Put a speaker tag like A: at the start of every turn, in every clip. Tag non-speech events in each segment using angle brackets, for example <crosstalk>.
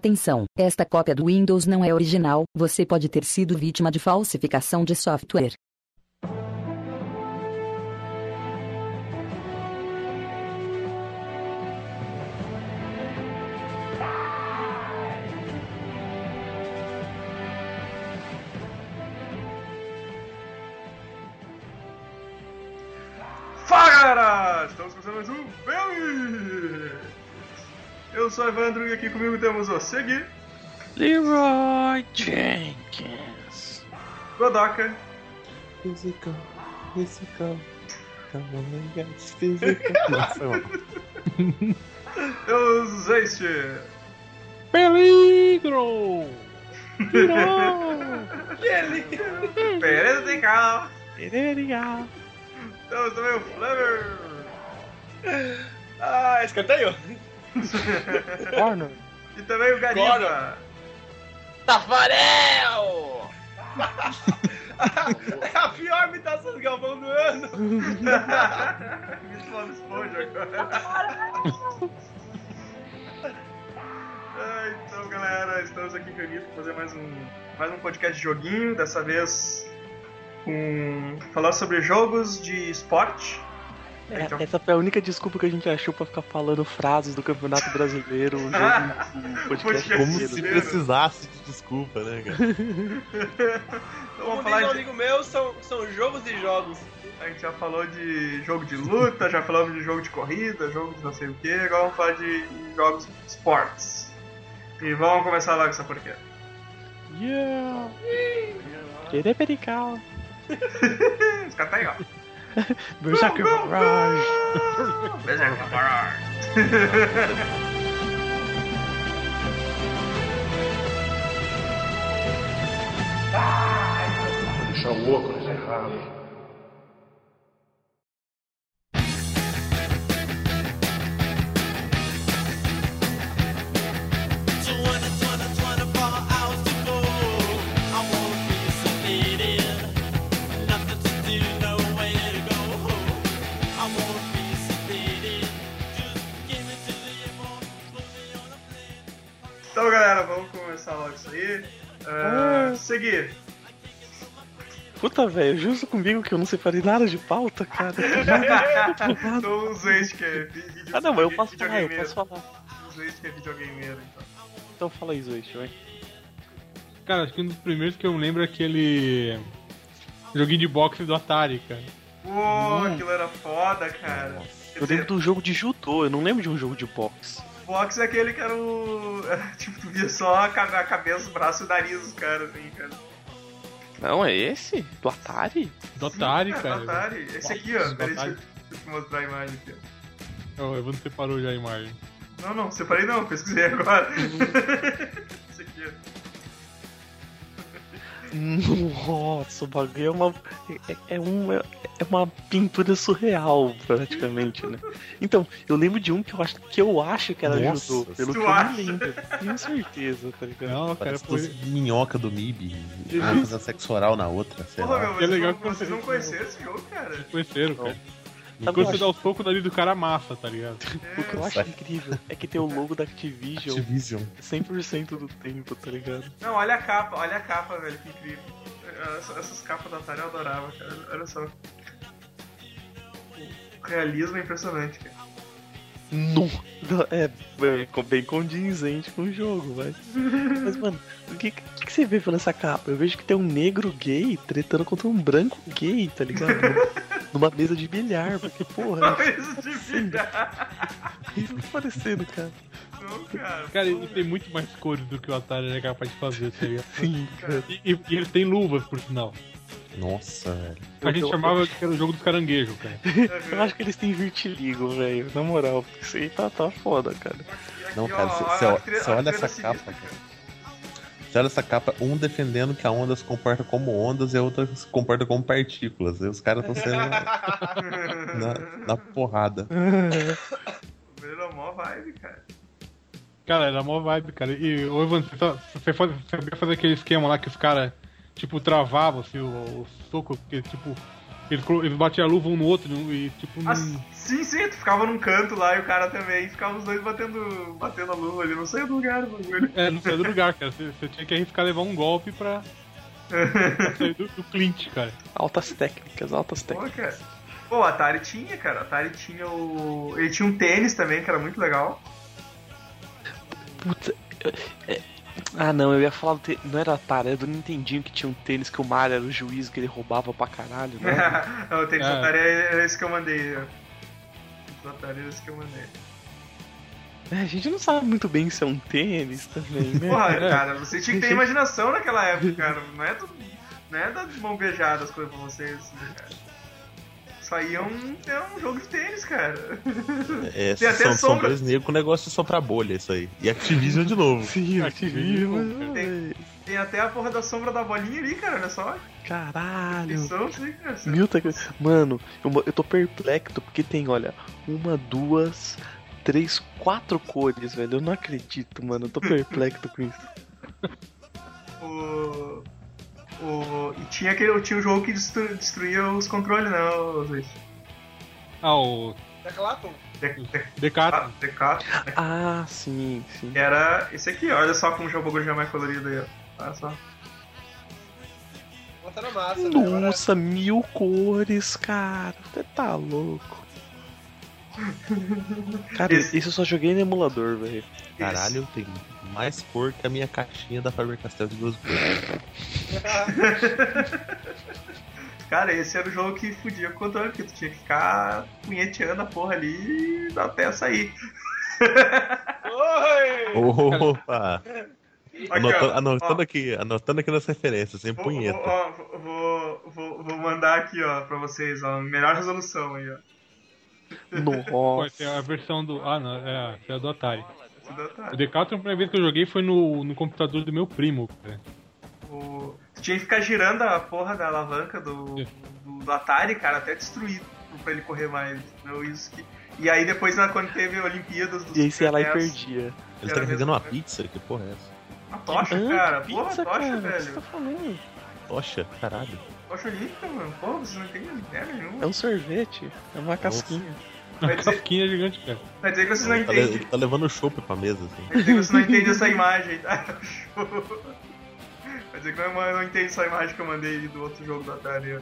A: Atenção! Esta cópia do Windows não é original, você pode ter sido vítima de falsificação de software.
B: Fala galera! Estamos começando mais um Belly! Eu sou o Evandro e aqui comigo temos o Segui,
C: Leroy Jenkins.
B: Godaka,
D: Physical, physical. Come on, and get <laughs> physical. Nossa, mano.
B: temos o Zeist.
C: Peligro! Pirou!
B: Pereira tem carro!
C: Perigal!
B: Temos também o Flamer!
E: <laughs> Ah, escanteio?
C: Corner!
B: E também o Gariba!
E: Agora. Tafarel! é a pior imitação do Galvão do ano!
B: <laughs> Me falando esponja agora! Ah, então galera, estamos aqui reunidos para fazer mais um, mais um podcast de joguinho, dessa vez com falar sobre jogos de esporte. Então-
D: É, essa foi a única desculpa que a gente achou pra ficar falando frases do Campeonato Brasileiro, um jogo um podcast
B: Podcast
D: como
B: inteiro.
D: se-
B: Brasileiro.
F: precisasse de desculpa, né, cara?
B: Então
E: Como
B: vamos
E: diz um
B: falar de,
E: amigo meu, são, são jogos e jogos.
B: a gente já falou de jogo de luta, já falamos de jogo de corrida, jogo de não sei o que, agora vamos falar de jogos de esportes. E vamos começar logo essa porquê.
C: Yeah! Ele é perigal!
B: Os caras tá legal.
C: Berserker Barrage!
B: Beleza, camarada. Então, galera, vamos começar logo isso aí. Ah, seguir.
D: Puta, velho, é justo comigo que eu não separei nada de pauta, cara.
B: Então, o Zeist que é vi- vídeo.
D: ah, não, mas eu posso falar, eu
B: videogameiro.
D: posso falar.
B: O Zeist que é videogameiro, então.
D: Então fala aí, Zoe, vai.
G: Cara, acho que um dos primeiros que eu me lembro é aquele. Joguinho de boxe do Atari, cara.
B: Pô, aquilo era foda, cara. Quer
D: Hum. Eu lembro
B: dizer,
D: do jogo de judô, eu não lembro de um jogo de boxe.
B: Fox é aquele que era o. <laughs> Tipo, tu via só a ca- a cabeça, o braço e o nariz dos caras, assim, cara.
D: Não, é esse? Do Atari?
G: Do Atari, cara.
B: é, Ah, Atari. Esse aqui, ó.
G: Do
B: Peraí, deixa,
G: Atari.
B: eu- deixa eu te mostrar a imagem aqui. ó.
G: Ó, É, O Evandro separou já a imagem.
B: Não, não, separei não, pesquisei agora.
G: Uhum.
B: <laughs> Esse aqui, ó.
D: Nossa, o bagulho é uma. É, é um, é é uma pintura surreal, praticamente, né? Então, eu lembro de um que eu acho que eu acho que era
F: Nossa,
D: judô, pelo
B: tu
D: que eu
B: acha?
D: me lembro. Tenho certeza, tá ligado?
G: Não, cara,
F: Parece
G: foi.
F: duas minhoca do MIB, uma fazendo sexo oral na outra, sei
B: Porra,
F: lá.
B: meu,
G: Que
B: vocês,
G: legal
B: não,
G: que você-
B: vocês não conheceram esse jogo, cara.
G: Conheceram, cara.
D: Sabe o que eu
G: Quando você
D: acho-
G: dá o soco na do cara, massa, tá ligado?
D: O que eu acho incrível é que tem o logo da Activision
F: Activision.
D: 100% do tempo, tá ligado?
B: Não, olha a capa, olha a capa, velho, que incrível. Essas, essas capas da Atari eu adorava, cara. Olha só. O realismo é impressionante, cara.
D: Não! <laughs> É, é bem condizente com o jogo, <laughs> vai. Mas, mano, o que, o que que você vê pela essa capa? Eu vejo que tem um negro gay tretando contra um branco gay, tá ligado? <laughs> Numa mesa de bilhar, porque, porra,
B: Isso de vida.
D: isso tá parecendo, cara.
B: Não, cara.
G: Cara, ele tem muito mais cores do que o Atari era capaz de fazer, tá ligado?
D: Sim, cara.
G: E, e- e ele tem luvas, por sinal.
F: Nossa, velho.
G: A gente
D: Eu-
G: chamava que era o jogo dos caranguejos, cara.
D: Eu acho que eles têm vitiligo, velho. Na moral, porque isso aí tá, tá foda, cara.
F: Não, cara, você- você- você olha essa capa, Você olha essa capa, um defendendo que a onda se comporta como ondas e a outra se comporta como partículas. E os caras estão
B: <laughs>
F: sendo na, na porrada.
B: Ele é mó vibe, cara.
G: Cara, era mó vibe, cara. E, ô Evandro, você, tá- você fa- sabia fazer aquele esquema lá que os caras, tipo, travavam, assim, o, o soco, porque, tipo, Ele, colo- ele batia a luva um no outro não- e tipo.
B: Ah,
G: não-
B: sim, sim, tu ficava num canto lá e o cara também. Ficava os dois batendo, batendo a luva ali. Não saía do lugar o bagulho.
G: É, não saiu do lugar, cara. Você, você tinha que arriscar levar um golpe pra, pra sair do, do Clint, cara.
D: Altas técnicas, altas
B: Pô,
D: técnicas.
B: cara. Pô, a Atari tinha, cara. A Atari tinha o. Ele tinha um tênis também, que era muito legal.
D: Puta. é- é- Ah não, eu ia falar do tê- Não era Atari, era do Nintendinho que tinha um tênis que o Mario era o juiz que ele roubava pra caralho, <laughs> né?
B: <laughs> Não, o tênis
G: É.
B: da Atari era esse que eu mandei. ó. O tênis da Atari era esse que eu mandei.
D: É, a gente não sabe muito bem se é um tênis também, né?
B: Porra,
G: É.
B: cara, você tinha que ter imaginação naquela época, cara. Não é, do, não é das mão beijadas as coisas pra vocês, assim, cara. Isso aí é um, é um jogo de tênis, cara. <laughs>
F: É,
B: Tem até
F: são, são
B: sombra.
F: dois negros com negócio de soprar bolha, isso aí. E Activision de novo.
D: Sim, eu te vi,
G: Activision,
D: mano.
B: tem. Tem até a porra da sombra da bolinha ali, cara, olha só.
D: Caralho.
B: Atenção, sim, cara. Isso- é
D: Mil teclas. Mano, eu, eu tô perplexo porque tem, olha, uma, duas, três, quatro cores, velho. Eu não acredito, mano. Eu tô perplexo com isso.
B: O, o, e tinha, aquele, tinha o jogo que destru- destruía os controles, né, ô, Luiz?
G: Ah, o
E: Da Clapton.
B: De- de-
G: Decathlon.
B: Decato.
D: Ah, sim, sim.
B: Era esse aqui, olha só como já o bagulho já é mais colorido aí, ó. Olha só.
E: Bota na massa, né? Agora-
D: Nossa, mil cores, cara. Você tá louco. Cara,
B: Esse-
D: esse... eu só joguei no emulador, velho.
F: Caralho, tem mais cor que a minha caixinha da Faber Castell de duas cores.
B: Cara, esse era o jogo que fudia com o controle, porque tu tinha que ficar punheteando a porra ali até sair.
E: Oi!
F: Opa! Anotando,
B: ó,
F: anotando
B: ó,
F: aqui, anotando aqui nas referências, sem
B: vou-
F: punheta.
B: Vou, ó, vou, vou, vou mandar aqui, ó, pra vocês, ó, melhor resolução aí, ó.
G: Pô, tem a
D: Nossa.
G: versão do. Ah, não, é, é a do Atari.
B: Isso dá- tá.
G: O Decathlon, a primeira vez que eu joguei foi no, no computador do meu primo, cara.
B: O- Tu tinha que ficar girando a porra da alavanca do,
D: É.
B: do, do Atari, cara, até destruir pra ele correr mais. Não, isso que... E aí depois, na- quando teve Olimpíadas do
D: E aí você ia lá e
B: Super NES,
D: perdia.
F: Ele
B: era
F: tá carregando uma
B: mesmo, né?
F: pizza? Que porra é essa?
B: A tocha,
D: Ah,
B: cara.
D: que
B: porra,
D: pizza,
B: tocha,
D: cara. O que você
B: velho.
D: tá falando?
F: Tocha, caralho.
B: Tocha olímpica, mano. Porra, vocês não entendem ideia nenhuma.
D: É um sorvete. É uma casquinha.
G: A
B: Vai dizer-
G: casquinha gigante, cara.
B: Vai dizer que vocês não
D: <laughs>
F: Ele tá, le-
B: entendem.
F: ele tá levando o chopp pra mesa, assim.
B: Vai dizer que você não entende essa imagem, tá? Vai dizer que não, não entende essa imagem que eu mandei do outro jogo da Atari. ó.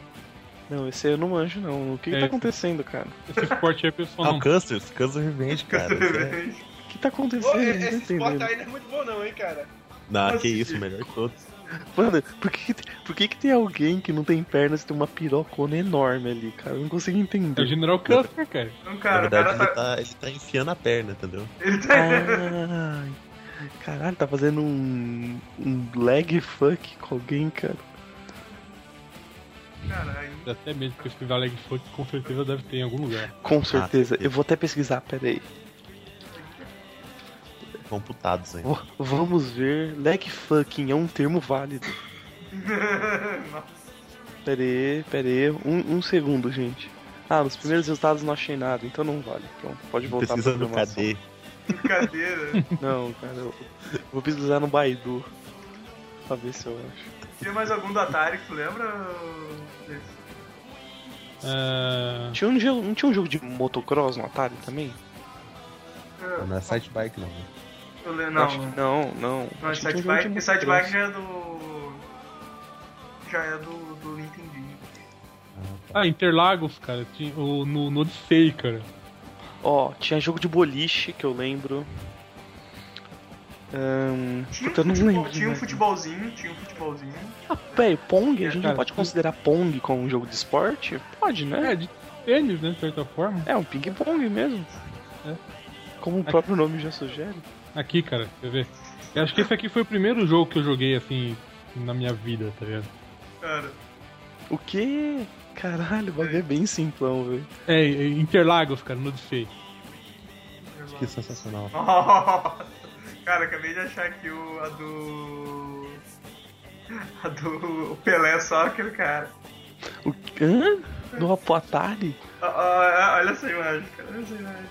D: Não, esse aí eu não manjo, não. O que, que tá
G: É isso.
D: acontecendo, cara?
G: Esse esporte aí o pessoal
F: Ah, o
G: não.
F: câncer, o câncer revende, cara. Isso é-
D: O que tá acontecendo?
B: <laughs>
E: Ô,
D: Eu não tô
E: esse esporte
D: entendendo.
E: aí não é muito bom não, hein, cara.
F: Não, que isso, melhor que todos.
D: Mano, por que, que tem- por que que tem alguém que não tem pernas e tem uma pirocona enorme ali, cara? Eu não consigo
G: É o
D: entender.
G: General Custer, cara.
B: Então,
F: Na
B: cara, o
F: verdade,
B: cara
F: ele
B: tá.
F: tá, ele tá enfiando a perna, entendeu?
B: Ele tá.
D: Ai, caralho, tá fazendo um, um lag fuck com alguém, cara. tá-
B: Caralho. <laughs>
G: Dá Até mesmo pesquisar lag fuck, com certeza deve ter em algum lugar.
D: Com certeza.
F: certeza.
D: Eu vou até pesquisar, peraí.
F: Computados ainda.
D: V- Vamos ver. Lag fucking é um termo válido.
B: Nossa.
D: Peraí, peraí. Um, um segundo, gente. Ah, nos primeiros resultados não achei nada, então não vale. Pronto, pode voltar pra
F: Pesquisando
D: programação.
F: cadê?
B: Brincadeira.
D: Não, cara, eu vou pesquisar no Baidu. Pra ver se eu acho.
B: Tinha mais algum do Atari que tu lembra? ô, desse?
G: Ah,
D: Tinha um, gelo- não tinha um jogo de motocross no Atari também?
B: Eu-
F: Não é site bike, não. né?
B: eu le-
D: Eu
B: Não,
D: acho que
B: não.
D: não. Não,
B: Não,
D: Acho que
B: Side
D: tinha um jogo de
B: Bike. Side Bike
D: motocross.
B: já é do. Já é do, do Nintendinho.
G: ah, Interlagos, cara. Tinha, o, no, no Odyssey, cara.
D: Ó, tinha jogo de boliche que eu lembro. Ahn,
B: Tinha, um
D: puta, eu não
B: futebol-
D: lembro.
B: tinha um
D: né?
B: futebolzinho, tinha um futebolzinho.
D: Véi, Pong? A gente
G: Cara,
D: não pode considerar Pong como um jogo de esporte? Pode, né?
G: É, de tênis, né, de certa forma.
D: É um ping-pong mesmo.
G: É.
D: Como o próprio nome já sugere.
G: Aqui, cara, quer ver? Eu acho que esse aqui foi o primeiro jogo que eu joguei, assim, na minha vida, tá ligado?
B: Cara. <laughs>
D: O quê? Caralho, o bagulho é bem simplão, velho.
G: É, é, Interlagos, cara, no Odyssey.
F: Que é sensacional.
B: Nossa! Cara, acabei de achar aqui o, a do. A do o Pelé Soccer, cara.
D: O Hã? Do Apo Atari?
B: Ó, ó, ó, Ah, olha essa imagem, cara. Olha essa imagem.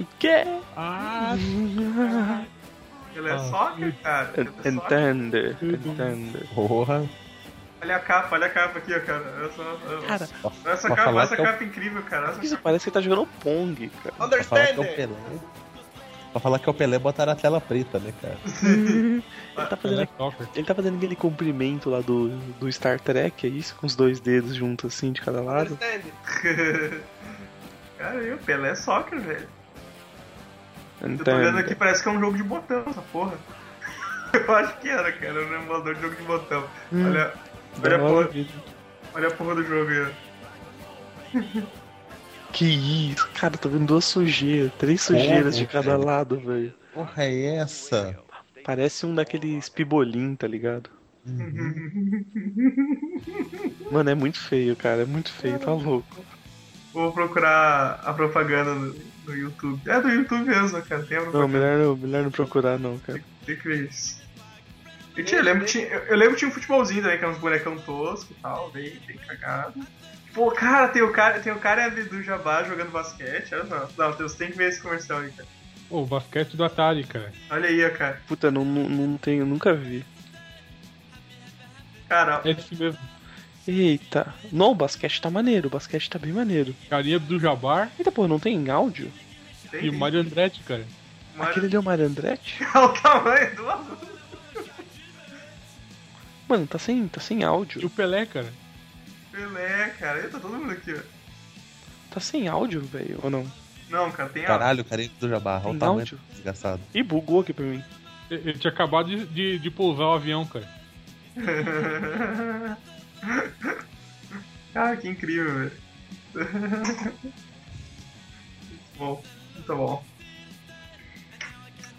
D: O quê?
G: Ah,
B: Pelé
G: Ah,
D: Ah,
B: Soccer, cara. Pelé Soccer.
D: Uhum. Entender, entender.
F: Porra,
B: Olha a capa, olha a capa aqui, ó, cara. Olha só, olha-
D: Cara,
B: olha essa
F: pra
B: capa, olha
F: falar
B: essa
F: que é o-
B: capa incrível, cara. Olha essa
D: isso parece que tá jogando Pong, cara.
F: Pra falar que é o
E: Understand!
F: Pelé. Pra falar que é o Pelé, botaram a tela preta, né, cara?
D: Ele tá fazendo,
G: Ela é soccer.
D: ele tá fazendo aquele comprimento lá do, do Star Trek, é isso? Com os dois dedos juntos assim de cada lado.
E: Understand!
B: capa. Cara, aí, o Pelé é soccer, velho. Eu tô
D: Então,
B: vendo aqui, parece que é um jogo de botão, essa porra. <laughs> Eu acho que era, cara, era um emulador de jogo de botão.
D: Hum.
B: Olha, olha, a
D: da
F: um
D: hora.
B: porra, olha a porra do jogo aí. ó.
D: Que isso, cara, tô vendo duas sujeiras, três sujeiras de cada
F: cara.
D: lado, velho.
F: Porra, é essa?
D: Parece um daqueles pibolim, tá ligado?
B: Uhum.
D: Mano, é muito feio, cara, é muito feio, tá louco.
B: Vou procurar a propaganda no, no YouTube. É do YouTube mesmo, cara. Tem a propaganda.
D: Não, melhor não, melhor não procurar não, cara.
B: Tem que ver isso. Eu, tinha, eu, lembro, que tinha, eu eu lembro que tinha um futebolzinho também, que era uns bonecão tosco e tal, bem, bem cagado. Pô, cara, tem o cara, tem o cara e a Bidu Jabá jogando basquete. Olha só. Não, Deus, tem que ver esse comercial aí, cara.
G: Pô, o basquete do Atari, cara.
B: Olha aí, ó, cara.
D: Puta, não, não, não tenho, nunca vi.
B: Cara,
G: É esse mesmo.
D: Eita. Não, o basquete tá maneiro, o basquete tá bem maneiro.
G: Carinha do Jabar
D: Eita, pô, não tem áudio?
B: tem
G: e o Mario Andretti, cara.
B: Mario- <laughs>
D: Aquele ali é o Mario Andretti?
B: Olha o tamanho do maluco.
D: Mano, tá sem, tá sem
G: E
D: áudio.
G: o Pelé, cara.
B: Pelé, cara. Eita, todo mundo aqui, ó.
D: Tá sem áudio, velho, ou não?
B: Não, cara, tem a.
F: Caralho, carinha do Jabá, olha
D: Tem
F: o tamanho
D: áudio?
F: desgraçado.
D: Ih, bugou aqui pra mim.
G: Ele ele tinha acabado de, de, de pousar o avião, cara.
B: cara, Ah, que incrível, velho. <laughs> muito bom, muito bom.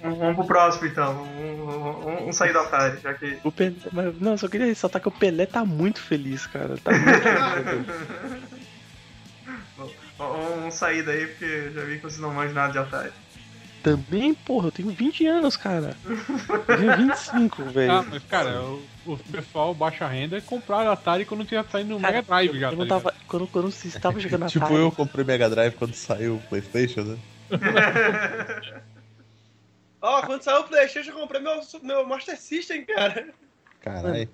B: Vamos vamos pro próximo então, vamos, vamos- vamos- vamos sair do Atari, já que.
D: O Pelé, mas, não, só queria ressaltar que o Pelé tá muito feliz, cara. Tá muito feliz.
G: <laughs>
D: velho.
B: Vamos- Vamos sair daí, porque já vi que vocês não manjam nada de Atari.
D: Também, porra, eu tenho 20 anos, cara. Eu tenho
G: <laughs>
D: 25, velho.
G: Ah, mas, cara, o, o pessoal baixa renda compraram Atari quando tinha saído no
D: Cara,
G: Mega Drive já,
D: eu
G: tá
D: não
G: ligado?
D: tava, quando, quando se estava
G: <laughs>
D: jogando
F: Tipo,
D: Atari,
F: eu comprei Mega Drive quando saiu o PlayStation, né?
E: Ó, quando saiu o Playstation, eu comprei meu, meu Master System, cara.
F: Caralho.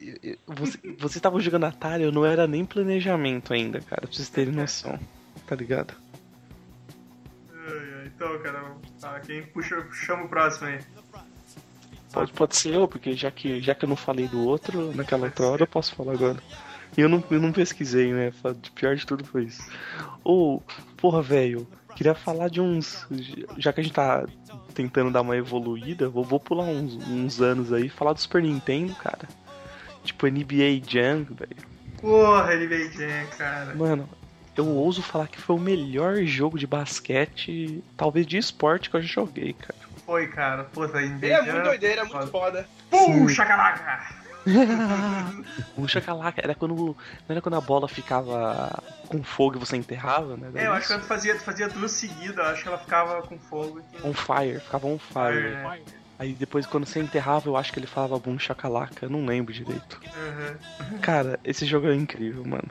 D: eu- eu- você, você tava jogando Atari, eu não era nem planejamento ainda, cara, pra vocês terem noção. Tá ligado?
B: Ai, ai, Então, cara, vamos- tá, quem puxa, chama o próximo aí.
D: Pode, pode ser eu, porque já que, já que eu não falei do outro naquela outra hora, eu posso falar agora. E eu não, eu não pesquisei, né? Fa- De pior de tudo foi isso. Ou, porra, velho, queria falar de uns. Já que a gente tá tentando dar uma evoluída, vou, vou pular uns, uns anos aí e falar do Super Nintendo, cara. Tipo NBA Jam, velho.
B: Porra, ele veio de- cara.
D: Mano, eu ouso falar que foi o melhor jogo de basquete, talvez de esporte que eu já joguei, cara.
B: Foi, cara. Puta,
E: Ele é muito doideira, é muito foda.
B: Puxa, caraca!
D: O chacalaca era quando. Não era quando a bola ficava com fogo e você enterrava, né? Era
B: É, eu acho que
D: isso?
B: ela fazia, fazia duas seguidas, eu acho que ela ficava com fogo.
D: On fire, ficava on fire.
B: É,
D: Aí depois quando você enterrava, eu acho que ele falava bum chacalaca, eu não lembro direito.
B: é, aham.
D: Cara, esse jogo é incrível, mano.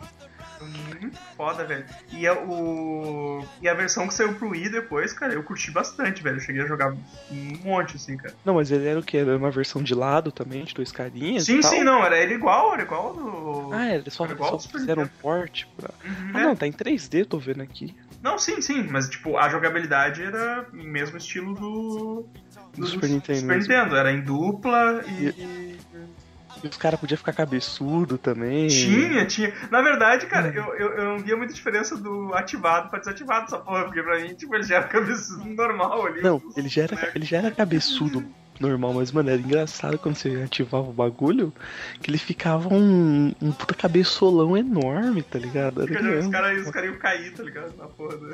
B: Muito foda, velho. E a, o... e a versão que saiu pro Wii depois, cara, eu curti bastante, velho. Eu cheguei a jogar um monte, assim, cara.
D: Não, mas ele era o quê? Era uma versão de lado também, de dois carinhas? e
B: Sim,
D: tal?
B: sim, não, era ele igual, era igual do.
D: tá Ah, eles só,
B: Era igual
D: só
B: ao Super
D: fizeram um port pra.
B: Uhum,
D: Ah,
B: é.
D: não, tá em 3D, tô vendo aqui.
B: Não, sim, sim, mas tipo, a jogabilidade era o mesmo estilo do.
D: Do Super Nintendo
B: Super
D: mesmo.
B: Nintendo, era em dupla e...
D: E os caras podiam ficar cabeçudo também.
B: Tinha, tinha. Na verdade, cara,
D: Hum.
B: eu, eu, eu não via muita diferença do ativado pra desativado essa porra, porque pra mim, tipo, ele já era cabeça normal ali.
D: Não, ele já era, ele já era cabeçudo normal, mas, mano, era engraçado quando você ativava o bagulho que ele ficava um, um puta cabeçolão enorme, tá ligado? Era,
B: Porque já- Os
D: mesmo.
B: caras os cara iam cair, tá ligado? Na porra do...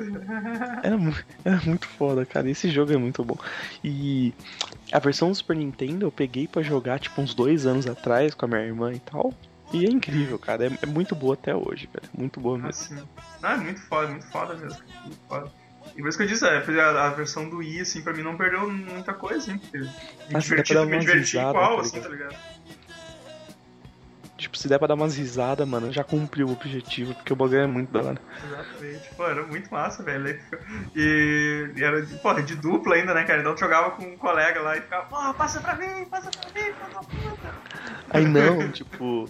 D: Era mu- era muito foda, cara. Esse jogo é muito bom. E a versão do Super Nintendo eu peguei pra jogar, tipo, uns dois anos atrás com a minha irmã e tal. E é incrível, cara. É, é muito boa até hoje, velho. Muito boa mesmo.
B: Assim. Não, é muito foda, muito foda mesmo. Muito foda. E por isso que eu disse, é, a, a versão do Wii, assim, pra mim não perdeu muita coisa, assim, porque me
D: dá pra
B: diverti,
D: dar
B: me
D: umas
B: diverti
D: risadas,
B: igual,
D: tá
B: assim, tá ligado?
D: Tipo, se der pra dar umas risadas, mano, já cumpriu o objetivo, porque o bagulho é muito da hora.
B: Exatamente. Pô, era muito massa, velho. né? E e era de, porra, de dupla ainda, né, cara? Então tu jogava com um colega lá e ficava, porra, passa pra mim, passa pra mim, filho da puta. <laughs>
D: Aí não, tipo,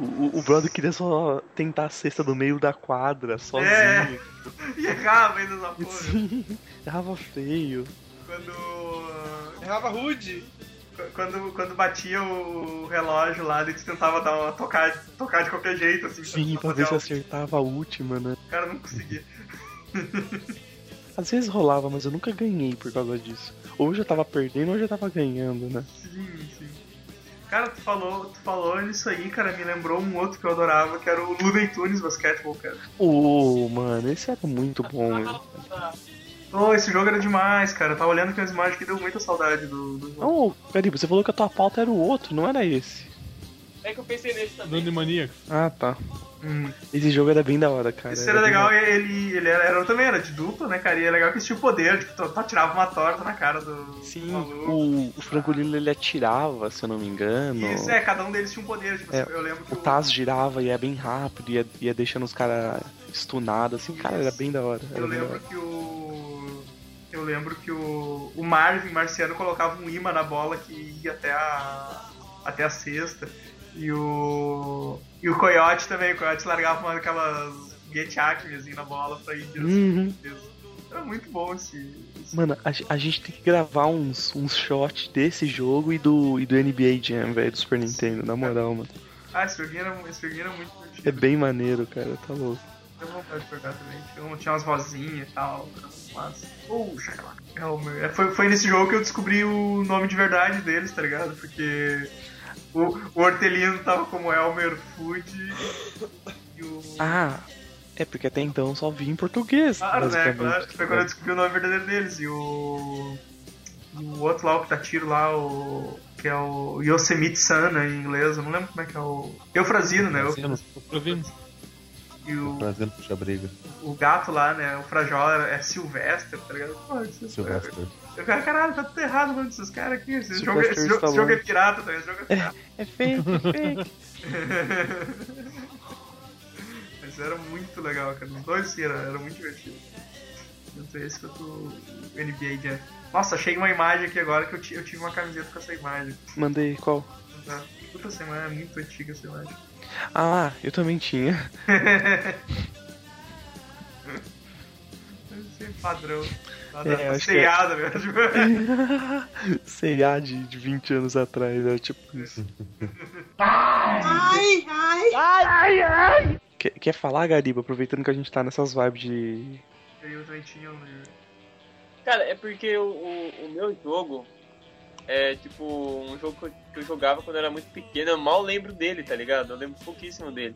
D: o, o brother queria só tentar a cesta do meio da quadra, sozinho. Tipo,
B: É. E errava ainda essa porra.
D: Sim, <laughs> tava feio.
B: Quando.
E: Errava rude.
B: ah, Quando, quando batia o relógio lá, eles tentava dar uma, tocar, tocar de qualquer jeito, assim.
D: Sim, pra ver se acertava a última, né?
B: O cara não conseguia.
D: Às vezes rolava, mas eu nunca ganhei por causa disso. Ou eu já tava perdendo, ou eu já tava ganhando, né?
B: Sim, sim. Cara, tu falou, tu falou nisso aí, cara, me lembrou um outro que eu adorava, que era o Luden Tunes Basketball, cara.
D: Ô, mano, esse era muito bom. né?
B: Oh, esse jogo era demais, cara. Eu tava olhando aqui as imagens que deu muita saudade do, do jogo.
D: Não, peraí, você falou que a tua pauta era o outro, não era esse.
E: É que eu pensei nesse também.
G: Dando maníaco.
D: Ah, tá.
B: Hum.
D: Esse jogo era bem da hora, cara.
B: Isso era
D: bem
B: legal,
D: da-
B: ele, ele era, era- também era de dupla, né, cara? E é legal que eles tinham poder, tipo, tu, tu atirava uma torta na cara do, do
D: Sim,
B: maluco.
D: o, o Frangolino ele atirava, se eu não me engano.
B: Isso, é, cada um deles tinha um poder, tipo,
D: É,
B: eu lembro que
D: O Taz girava e ia bem rápido, ia, ia deixando os caras estunados, assim, cara, era bem da hora. era
B: Eu
D: bem da
B: lembro
D: hora.
B: que o. Eu lembro que o. O Marvin Marciano colocava um imã na bola que ia até a. até a sexta. E o. E o Coyote também, o Coyote largava uma daquelas get acme assim, na bola pra ir direto.
D: Uhum.
B: Era muito bom esse. esse-
D: Mano, a, ge- a gente tem que gravar uns, uns shots desse jogo e do, e do NBA Jam, velho, do Super Nintendo, na moral, mano.
B: Ah, esse joguinho era, esse joguinho era muito divertido.
D: É bem maneiro, cara, tá louco.
B: Deu vontade de jogar também. Tinha, um, tinha umas vozinhas e tal. Mas. Puxa, cara. É o meu- é, foi, foi nesse jogo que eu descobri o nome de verdade deles, tá ligado? Porque o, o Hortelino tava como Elmer Food e o.
D: Ah, é porque até então só vi em português.
B: Claro, né?
D: basicamente.
B: Claro. Foi quando eu descobri o nome verdadeiro deles. E o. E o outro lá, o que tá tiro lá, o. Que é o Yosemite Sun, né, em inglês, eu não lembro como é que é o. Eufrazino, né?
F: Assim, eu não
G: Eu vi-
B: E o,
F: trazendo puxa briga,
B: o gato lá, né? O Frajola é Sylvester, tá ligado? Pô, isso-
F: Sylvester.
B: Eu quero, caralho, tá tudo errado, mano, esses caras aqui. Esse jogo,
D: Sylvester
B: esse jogo, esse
D: Stallone.
B: jogo é pirata, tá? Esse jogo é pirata.
D: É fake, é fake.
B: <laughs> Mas era muito legal, cara. Os dois sim, era, era muito divertido. Tanto esse quanto o NBA Jam. Nossa, achei uma imagem aqui agora que eu, ti- eu tive uma camiseta com essa imagem.
D: Mandei qual?
B: Tá? Puta, essa imagem é muito antiga, essa imagem. <laughs>
D: Ah, eu também tinha.
B: Esse é padrão. né? Lá da-
D: É, eu
B: da
D: acho que é.
B: Ceiada, <laughs> velho.
D: <laughs> C&A de, de 20 anos atrás, era tipo isso. Quer, quer falar, Gariba? Aproveitando que a gente tá nessas vibes de.
B: Eu também tinha um.
E: Cara, é porque o, o, o meu jogo é tipo um jogo que eu, que eu jogava quando eu era muito pequeno. Eu mal lembro dele, tá ligado? Eu lembro pouquíssimo dele.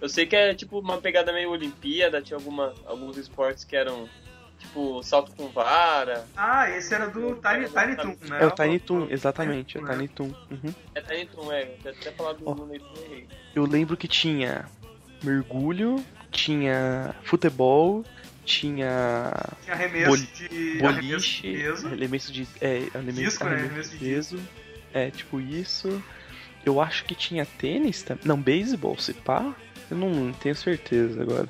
E: Eu sei que é tipo uma pegada meio Olimpíada, tinha alguma, alguns esportes que eram tipo salto com vara.
B: Ah, esse era do Tiny, Tiny Toon, né?
D: É o Tiny Toon, exatamente, é o Tiny Toon. Uhum.
E: É Tiny Toon, é. Eu até falar do
D: Ó.
E: oh. Looney Tunes aí.
D: Eu lembro que tinha mergulho, tinha futebol, tinha
B: Tinha arremesso
D: Boli-
B: de arremesso de
D: boliche,
B: peso.
D: elemento de. É, elemento,
B: Disco, né?
D: arremesso de peso. É, tipo isso. Eu acho que tinha tênis também. Não, beisebol, se pá. Eu não tenho certeza agora.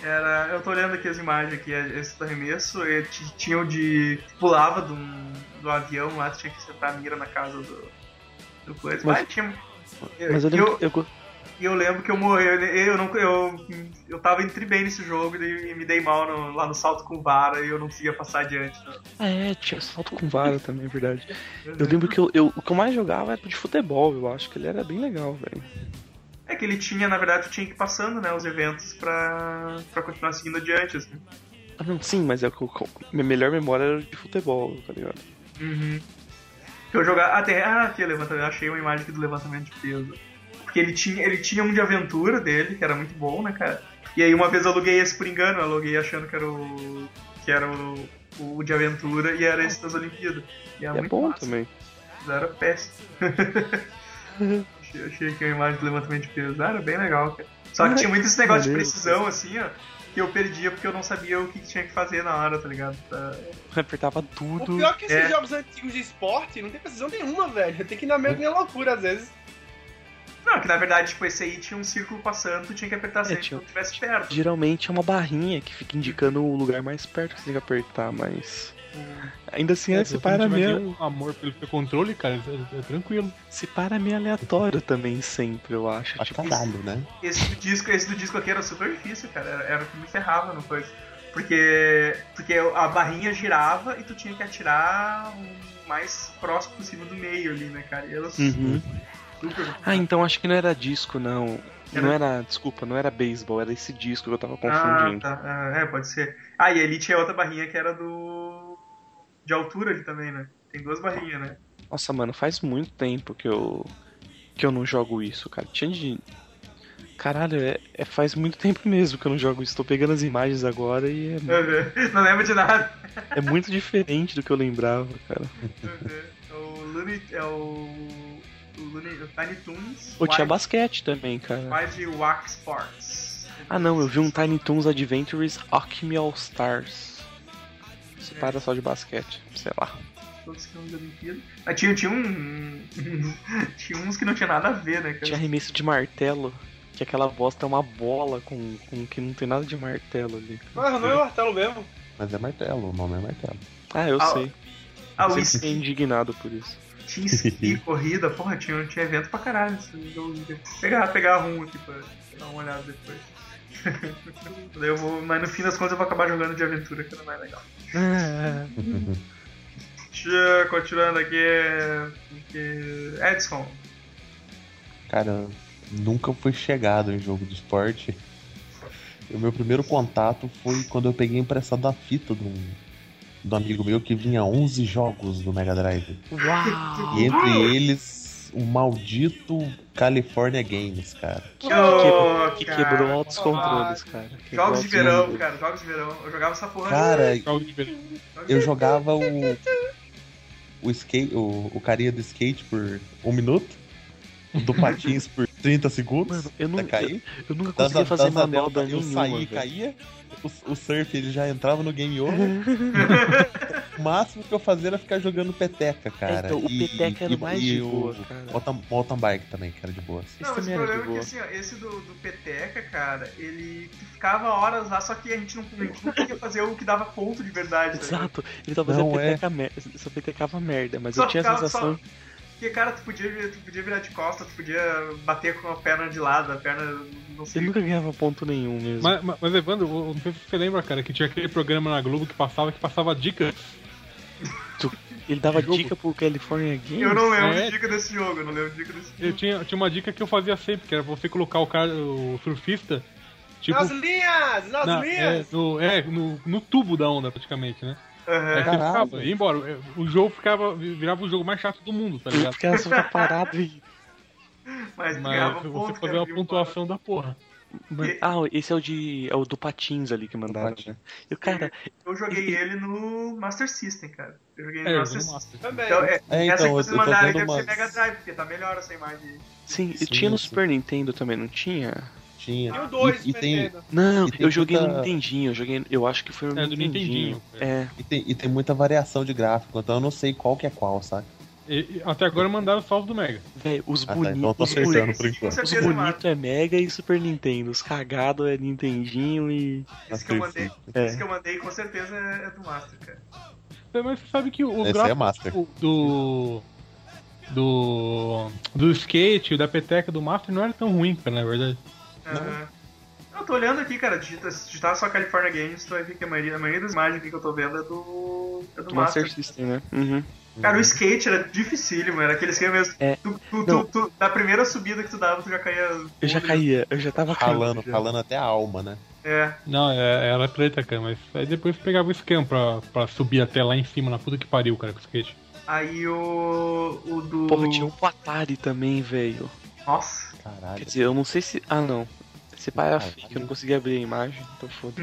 B: Era, eu tô olhando aqui as imagens aqui, esse do arremesso, e t- tinha o de. pulava do, do avião lá, tinha que acertar a mira na casa do. do coisa.
D: Mas-
B: Mas, tinha. Eu,
D: Mas eu lembro.
B: eu,
D: que eu go-
B: eu lembro que eu morri, eu, eu, não, eu, eu tava entre bem nesse jogo daí e me dei mal no- lá no salto com vara e eu não conseguia passar adiante. né?
D: Ah, é, tinha salto com vara também, é verdade. Eu lembro que eu, eu- o que eu mais jogava era de futebol, eu acho que ele era bem legal, velho.
B: É que ele tinha, na verdade, tinha que ir passando, né, os eventos pra, pra continuar seguindo adiante, assim.
D: Ah, não, sim, mas é o que eu, minha melhor memória era de futebol, tá ligado?
B: Uhum. Eu jogar até ah, aqui levantamento, achei uma imagem aqui do levantamento de peso. Porque ele tinha, ele tinha um de aventura dele, que era muito bom, né, cara? E aí uma vez eu aluguei esse por engano, eu aluguei achando que era o que era o, o de aventura e era esse das Olimpíadas. E era
D: E é
B: muito
D: bom
B: massa,
D: também.
B: mas era péssimo. <laughs> achei, achei aqui uma imagem do levantamento de peso, ah, era bem legal, cara. Só que tinha muito esse negócio de
D: Valeu.
B: precisão assim, ó, que eu perdia porque eu não sabia o que que tinha que fazer na hora, tá ligado? Pra-
D: Apertava
E: O
D: tudo.
E: pior é que esses
B: É.
E: jogos antigos de esporte não tem precisão nenhuma, velho. Tem que ir na mesma loucura às vezes.
B: Não, que na verdade, tipo, esse aí tinha um círculo passando, tu tinha que apertar sempre
D: É, tinha-
B: que estivesse perto.
D: Geralmente é uma barrinha que fica indicando o lugar mais perto que você tem que apertar, mas. Ainda assim,
G: É,
D: esse par é
G: Se tiver
D: meio,
G: um amor pelo seu controle, cara, é, é tranquilo.
D: esse par é meio aleatório também, sempre, eu acho.
F: Pra
D: tipo,
F: caralho, né?
B: Esse do disco, esse do disco aqui era super difícil, cara. Era, era o que me ferrava no coisa. Porque, porque a barrinha girava e tu tinha que atirar o mais próximo possível do meio ali, né, cara? E era
D: uhum.
B: super.
D: Ah, então acho que não era disco, não.
B: Era-
D: Não era, desculpa, não era beisebol, era esse disco que eu tava
B: Ah,
D: confundindo.
B: tá. Ah, é, pode ser. Ah, e ali tinha outra barrinha que era do. De altura ali também, né? Tem duas barrinhas, né?
D: Nossa, mano, faz muito tempo que eu que eu não jogo isso, cara. Tinha de Caralho, é, é- faz muito tempo mesmo que eu não jogo isso. Tô pegando as imagens agora e é,
B: Uhum. <laughs> Não lembro de nada.
D: é muito diferente do que eu lembrava, cara.
B: É o Looney. É o. O Looney. O Tiny Toons.
D: Pô, tinha
B: Wild-
D: basquete também, cara.
B: Wild Wack Sports.
D: Ah, não, eu vi um Tiny Toons Adventures Alchemy All Stars.
B: É.
D: Se para só de basquete, sei lá.
B: Todos que não da Olimpíada. Mas tinha, tinha um. <laughs> tinha uns que não tinha nada a ver, né, cara?
D: Tinha arremesso de martelo, que aquela bosta é uma bola com, com que não tem nada de martelo ali.
C: Mas não é martelo mesmo.
F: Mas é martelo, o nome é martelo.
D: Ah, eu
B: Ah,
D: sei.
B: ah, o
D: Eu sempre fiquei
B: esqui,
D: indignado por isso.
B: tinha esqui, corrida, porra, tinha, tinha evento pra caralho. esses jogos. Pegar, pegar um aqui pra dar uma olhada depois. <laughs> Daí eu vou, mas no fim das contas eu vou acabar jogando de aventura, que era mais legal. Tinha- Continuando aqui, é, porque- Edson.
F: <laughs> Cara, nunca fui chegado em jogo de esporte. O meu primeiro contato foi quando eu peguei emprestado a fita de um, de um amigo meu que vinha 11 jogos do Mega Drive.
D: Uau!
F: E entre eles, o maldito California Games, cara.
D: Que,
B: Oh,
D: que- que
B: cara.
D: quebrou altos controles, cara. Quebrou
B: Jogos de
D: altos
B: verão,
D: controles.
B: cara, jogos de verão. Eu jogava essa porra.
F: Cara,
G: Jogo de verão.
B: Jogos de
F: eu jogava o. O, skate, o, o carinha do skate por um minuto,
D: <laughs>
F: o do patins por 30 segundos.
D: Mano, eu, não,
F: até cair.
D: eu, eu nunca
F: Das-
D: conseguia fazer
F: das anelas,
D: manobra
F: tá eu
D: nenhuma.
F: saí,
D: velho.
F: caía, o, o surf ele já entrava no
D: <laughs>
F: game over. o máximo que eu fazia era ficar jogando peteca, cara.
D: então, o
F: E-
D: peteca era
F: e-
D: mais
F: e
D: de
F: o
D: boa, cara.
F: Mountain, mountain bike também, que era de boa.
D: Esse
B: Não, mas o
D: também era
B: problema
D: de
B: é que
D: boa.
B: assim, ó, esse do, do Peteca, cara, ele ficava horas lá, só que a gente não, a gente não podia fazer o que dava ponto de verdade, tá ligado?
D: Exato, ele tava fazendo
F: Não é.
D: peteca merda, só petecava merda, mas
B: Só
D: eu tinha a
B: ficava-
D: sensação.
B: Porque, cara, tu podia, tu podia virar de costas, tu podia bater com a perna de lado, a perna não
D: Eu
B: sei.
D: nunca ganhava ponto nenhum mesmo.
G: Mas, mas- mas, Evandro, o- o- você lembra, cara, que tinha aquele programa na Globo que passava, que passava dicas.
D: Ele dava
G: Jogo.
D: dica pro California Games.
B: Eu não lembro
G: É.
B: de dica desse jogo, eu não lembro de dica desse
G: Eu
B: jogo.
G: tinha, tinha uma dica que eu fazia sempre, que era você colocar o cara, o surfista, tipo.
C: Nas linhas! Nas
G: na-
C: linhas!
G: é, no, é, no- no tubo da onda, praticamente, né? Aí
B: Aham.
G: você
F: Caralho.
G: ficava, ia embora. É, O jogo ficava, virava o jogo mais chato do mundo, tá ligado?
D: Os caras só ficam parados e.
B: Mas, tu ganhava um
G: Mas
B: ponto,
G: você
B: cara,
G: fazia uma
B: viu?
G: pontuação da porra.
D: Mano, <laughs>
B: E-
D: ah, esse é o de. É o do Patins ali que mandaram.
F: patins.
D: Né? E o cara,
B: Eu joguei ele no Master System, cara. Eu joguei no
G: É, eu
B: Master
G: jogo
B: System.
G: Master.
C: Também.
B: Então, é,
F: É,
B: essa que
F: então, eu, eu
B: vocês
F: tô
B: mandaram aí
F: vendo
B: deve ser Mega
F: umas.
B: Drive, porque tá melhor essa imagem.
D: sim, e
F: Sim,
D: tinha no
F: sim.
D: Super Nintendo também, não tinha?
F: Tinha.
C: E o dois,
F: E, e tem,
C: Fernando?
D: Não,
F: E tem
D: eu joguei no
F: muita-
D: Nintendinho, eu joguei. Eu acho que foi no
G: É, do
D: Nintendinho.
G: Nintendinho.
D: É.
F: e, tem, e tem muita variação de gráfico, então eu não sei qual que é qual, sabe?
G: E- e até agora mandaram salve do Mega.
D: Véi, os
F: Ah, tá, então eu
D: bonitos.
F: tô
D: os
B: boni-
F: acertando por enquanto.
D: os
B: certeza, Marcos.
D: bonito é Mega e Super Nintendo. Os cagados é Nintendinho e.
B: Esse que eu mandei,
D: É.
B: esse que eu mandei com certeza é do Master, cara.
G: Mas você sabe que o
F: Esse é
G: gráfico
F: Master.
G: tipo, do. Do. Do skate, da peteca, do Master não era tão ruim, cara, na verdade.
B: Aham. Eu tô olhando aqui, cara, digita, se digitar só California Games, tu vai ver que a maioria, a maioria das imagens aqui que eu tô vendo é do. é do
D: Do
B: Master.
D: Master System, né? Uhum.
B: Cara, o skate era dificílimo, era aquele esquema mesmo.
D: É.
B: Tu, tu,
D: Não.
B: tu, tu- da primeira subida que tu dava, tu já caía. um
D: Eu
G: Uhum.
D: já caía, eu já tava
F: Falando,
D: caindo. já.
F: falando até a alma, né?
B: É.
G: Não, é- era treta, cara, mas aí depois pegava o esquema pra, pra subir até lá em cima, na puta que pariu, cara, com o skate.
B: Aí o. o do.
D: Porra, tinha um pro Atari também, velho.
B: Nossa.
D: Quer
F: Caralho.
D: dizer, eu não sei se. Ah, não. Esse pai era
F: Ah,
D: fake, eu não consegui abrir a imagem, então foda.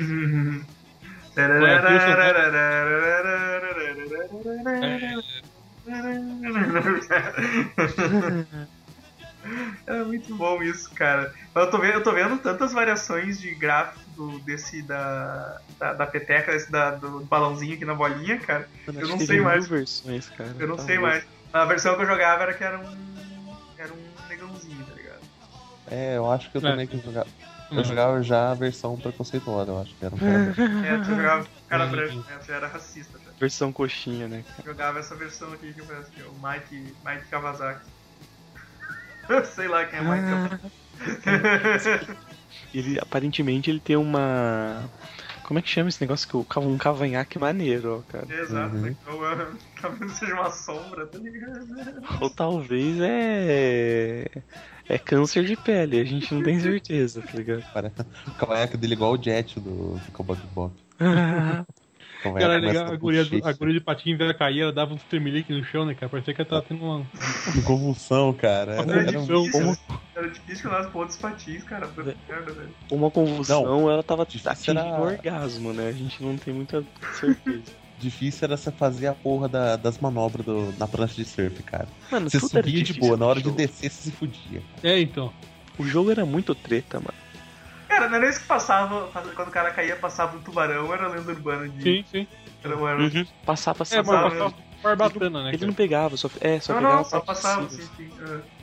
B: É muito bom isso, cara. Mas Eu tô vendo, eu tô vendo tantas variações de gráfico do- desse da, da, da peteca, desse da- do balãozinho aqui na bolinha, cara.
D: Mano,
B: Eu
D: acho
B: não
D: que
B: sei
D: teve
B: mais.
D: mil versões, cara.
B: Eu não
D: Tá
B: sei
D: louco.
B: mais. A versão que eu jogava era que era um. Era um negãozinho, tá ligado?
F: É, eu acho que eu
G: É.
F: também que jogava. Eu
G: Uhum.
F: jogava
G: <laughs>
F: já a versão preconceituosa, eu acho que era um cara.
B: É, tu jogava com cara branco, né? Você era racista, tá?
D: Versão coxinha, né?
B: jogava essa versão aqui que eu parece que é o Mike, Mike Kawasaki. <laughs> Eu Sei lá quem é Mike Kawasaki.
D: Ele aparentemente ele tem uma. Como é que chama esse negócio? que o- Um cavanhaque maneiro, ó, cara.
B: <laughs> Exato.
F: Uhum.
B: Ou ah, talvez seja uma sombra, tá ligado?
D: Ou talvez é. É câncer de pele, a gente não
B: <laughs>
D: tem certeza, tá ligado?
F: O cavanhaque dele é igual o Jet do Cowboy
G: <laughs>
F: Bob.
G: Cara, legal, a, guria, do- a guria de patinho vira cair, ela dava uns tremelique no chão, né, cara? Parecia que ela tava tendo uma.
F: Convulsão, cara.
G: Uma
F: Era- era um-
G: convulsão.
F: como-
B: Era difícil lá os pontos patins, cara. Puta merda, velho.
D: Uma convulsão, ela tava
F: Difícil
D: atingindo
F: era-
D: o orgasmo, né? A gente não tem muita certeza.
F: Difícil era você fazer a porra da- das manobras do- na prancha de surf, cara.
D: Mano,
F: Você
D: tudo era
F: subia de
D: difícil
F: boa, na
D: no
F: hora de
D: jogo.
F: descer você se fudia.
G: É, então.
D: O jogo era muito treta, mano.
B: Cara, não era isso que passava, quando o cara caía, passava um tubarão, era a lenda urbana de.
G: Sim, sim.
B: Era uma-
D: Passar, passar.
G: É, mas
B: Exato.
G: passava barbatana, né?
D: Ele
G: Cara?
D: não pegava, só, é, só
B: não,
D: pegava
B: não, só
D: partes
B: passava, sim,
D: cíveis.
B: sim. é.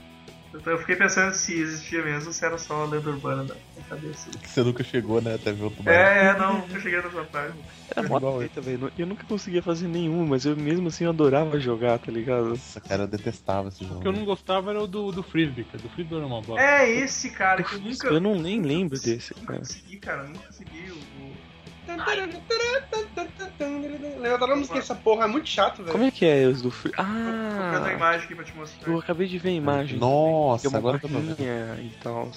B: Então eu fiquei pensando se existia mesmo, se era só a lenda urbana da da cabeça.
F: Que você nunca chegou, né? Até ver o tubarão.
B: É, é, não, eu cheguei nessa parte.
D: Era mó
F: Igual
D: treta, velho. tá Eu nunca conseguia fazer nenhum, mas eu mesmo assim eu adorava jogar, tá ligado?
F: Nossa, cara, eu detestava esse
G: O
F: jogo.
G: que eu não gostava era o do, do Frisbee, cara. Do Frisbee era uma bola.
B: É esse, cara, que eu nunca.
D: Eu não nem lembro desse,
B: Nunca
D: cara.
B: consegui, cara, nunca consegui. o-
C: Leandro, não música essa porra, é muito chato, velho.
D: Como é que é os do Free?
B: Tô procurando a
D: Ah!
B: imagem aqui pra te mostrar.
D: Eu acabei de ver a imagem.
F: Nossa,
D: Tem uma
F: agora que eu tô vendo.
D: barrinha e tal.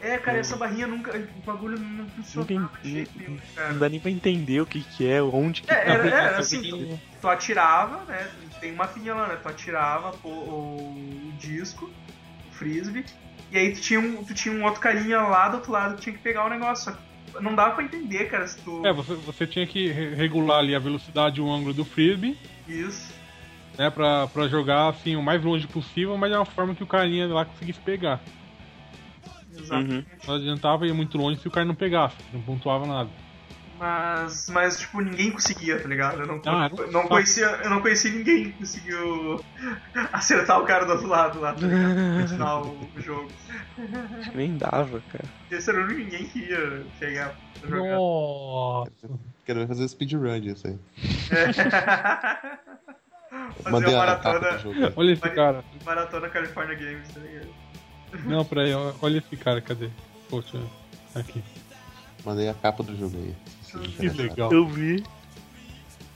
B: É, cara, essa barrinha nunca. O bagulho não
D: Não, tem-
B: funcionava de jeito nenhum,
D: não
B: cara.
D: dá nem pra entender o que que é, onde que <laughs>
B: É, era,
D: tá.
B: era assim, tu, tu atirava, né? Tem uma pinha lá, né? Tu atirava pô, o, o disco, o frisbee, e aí tu tinha, um, tu tinha um outro carinha lá do outro lado que tinha que pegar o negócio. Só que Não dava pra entender, cara, se tu.
G: É, você, você tinha que re- regular ali a velocidade e o ângulo do Frisbee,
B: Isso.
G: né? Pra, pra jogar assim o mais longe possível, mas de uma forma que o carinha lá conseguisse pegar.
D: Uhum.
B: Exatamente.
G: Não adiantava ir muito longe se o cara não pegasse, não pontuava nada.
B: Mas, mas, tipo, ninguém conseguia, tá ligado? Eu não,
G: Ah,
B: não,
G: não-
B: conhecia, eu não conhecia ninguém que conseguiu <laughs> acertar o cara do outro lado lá, tá ligado? No final do
G: <laughs>
B: jogo.
D: Acho que nem dava, cara.
B: Esse era o único que ninguém queria chegar pra jogar.
G: Nossa!
F: Quero fazer speedrun disso aí.
B: É. Fazer
F: Mandei
B: uma
F: a capa do
B: maratona,
F: jogo.
G: Olha esse cara.
B: maratona California Games, tá ligado? <laughs>
G: Não, peraí, ó, olha esse cara, cadê? Poxa, aqui.
F: Mandei a capa do jogo aí. Se vocês
G: Que
F: interessaram.
G: legal.
D: Eu vi.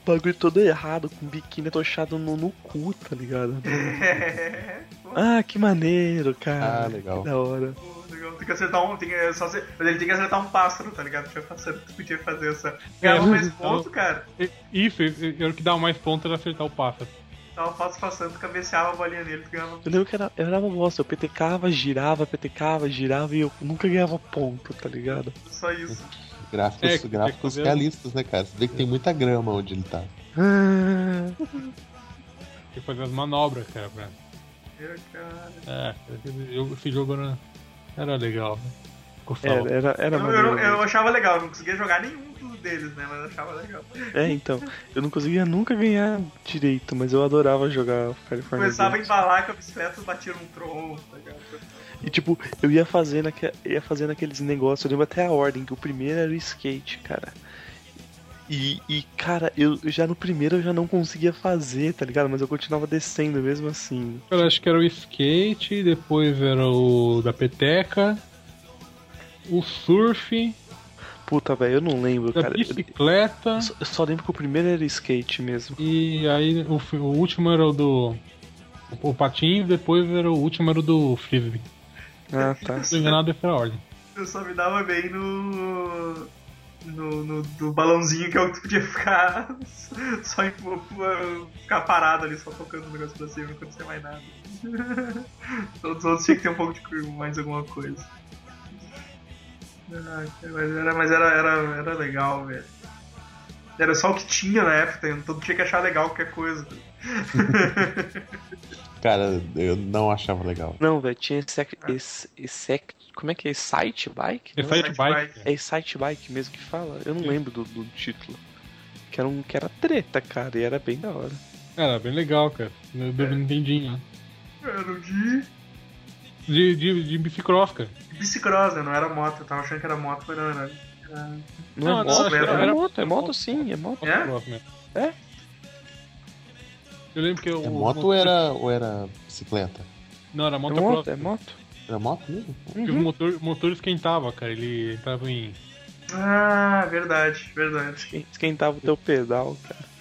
D: Bagulho todo errado, com biquíni atochado no, no cu, tá ligado?
B: É.
D: Ah, que maneiro, cara.
F: Ah, legal.
D: Que da hora.
B: Pô, legal. Tem que acertar um. Tem que, é só, acer- mas ele tem que acertar um pássaro, tá ligado? Tinha pássaro que <laughs> podia fazer essa. Ganhava
G: É,
B: mais
G: então-
B: ponto, cara.
G: E- Isso, e- e era o que dava mais ponto era acertar o pássaro.
B: Tava passo passando, tu cabeceava a bolinha nele, tu ganhava.
D: Eu lembro que era, eu era uma bosta, eu petecava, girava, petecava, girava e eu nunca ganhava ponto, tá ligado?
B: Só
G: <laughs>
B: isso.
F: Gráficos,
G: É, que-
F: gráficos
G: que-
F: realistas, né, cara? Você vê que tem muita grama onde ele tá.
D: Ah,
G: Tinha que fazer as manobras, cara. Pra...
B: Eu, cara.
G: É, esse jogo, esse jogo era, era legal, né? Gostava.
D: era, era, era
B: Eu,
D: maneiro.
B: eu, eu achava legal, não conseguia jogar nenhum dos deles, né? Mas eu achava legal.
D: É, então. Eu não conseguia nunca ganhar direito, mas eu adorava jogar California.
B: Começava a
D: Games.
B: embalar com a bicicleta, batia num tronco, tá ligado?
D: E tipo, eu ia fazendo, aque- ia fazendo aqueles negócios, eu lembro até a ordem, que o primeiro era o skate, cara. E, e, cara, eu eu já no primeiro eu já não conseguia fazer, tá ligado? Mas eu continuava descendo mesmo assim.
G: Eu acho que era o skate, depois era o da peteca, o surf,
D: Puta, velho, eu não lembro,
G: da
D: cara. Eu,
G: bicicleta,
D: eu só- eu só lembro que o primeiro era skate mesmo.
G: e aí o, fi- o último era o do. O patinho, depois era o último era o do frisbee.
D: Ah, tá.
G: Se não me engano, essa é a ordem.
B: Eu só me dava bem no. No, no do balãozinho que é o que tu podia ficar <laughs> só em, ficar parado ali, só tocando o negócio pra cima, não acontecia mais nada. <laughs> Todos os outros tinha que ter um pouco de cu- mais alguma coisa. Ah, mas era, mas era, era, era legal, velho. Era só o que tinha na época, então tu tinha que achar legal qualquer coisa. tá
F: Cara, eu não achava legal.
D: Não, velho, tinha esse, esse, esse. Como é que é? Site bike?
G: É
D: Não?
G: side bike.
D: É Excite Bike mesmo que fala? Eu não lembro do, do título. Que era, um, que era treta, cara, e era bem da hora.
G: Era bem legal, cara. Meu
D: É.
G: Deus, Nintendinho. né?
B: Era o de
G: De, de, de bicicross, cara.
B: bicicross, né? Não era moto, eu tava achando que era moto, mas não era.
D: Não,
G: Não,
D: é
G: não,
D: moto?
B: acho que
D: é
B: era-
D: moto, é moto sim, é moto.
B: É?
G: Bicicross mesmo. Eu lembro que eu.
F: É moto ou era, ou era bicicleta?
G: Não, era moto,
D: É moto? É moto?
F: Era moto mesmo? <laughs>
G: Porque
D: Uhum.
G: o motor, o motor esquentava, cara. Ele entrava em.
B: Ah, verdade, <laughs> verdade.
D: Esquen- Esquentava o teu pedal, cara.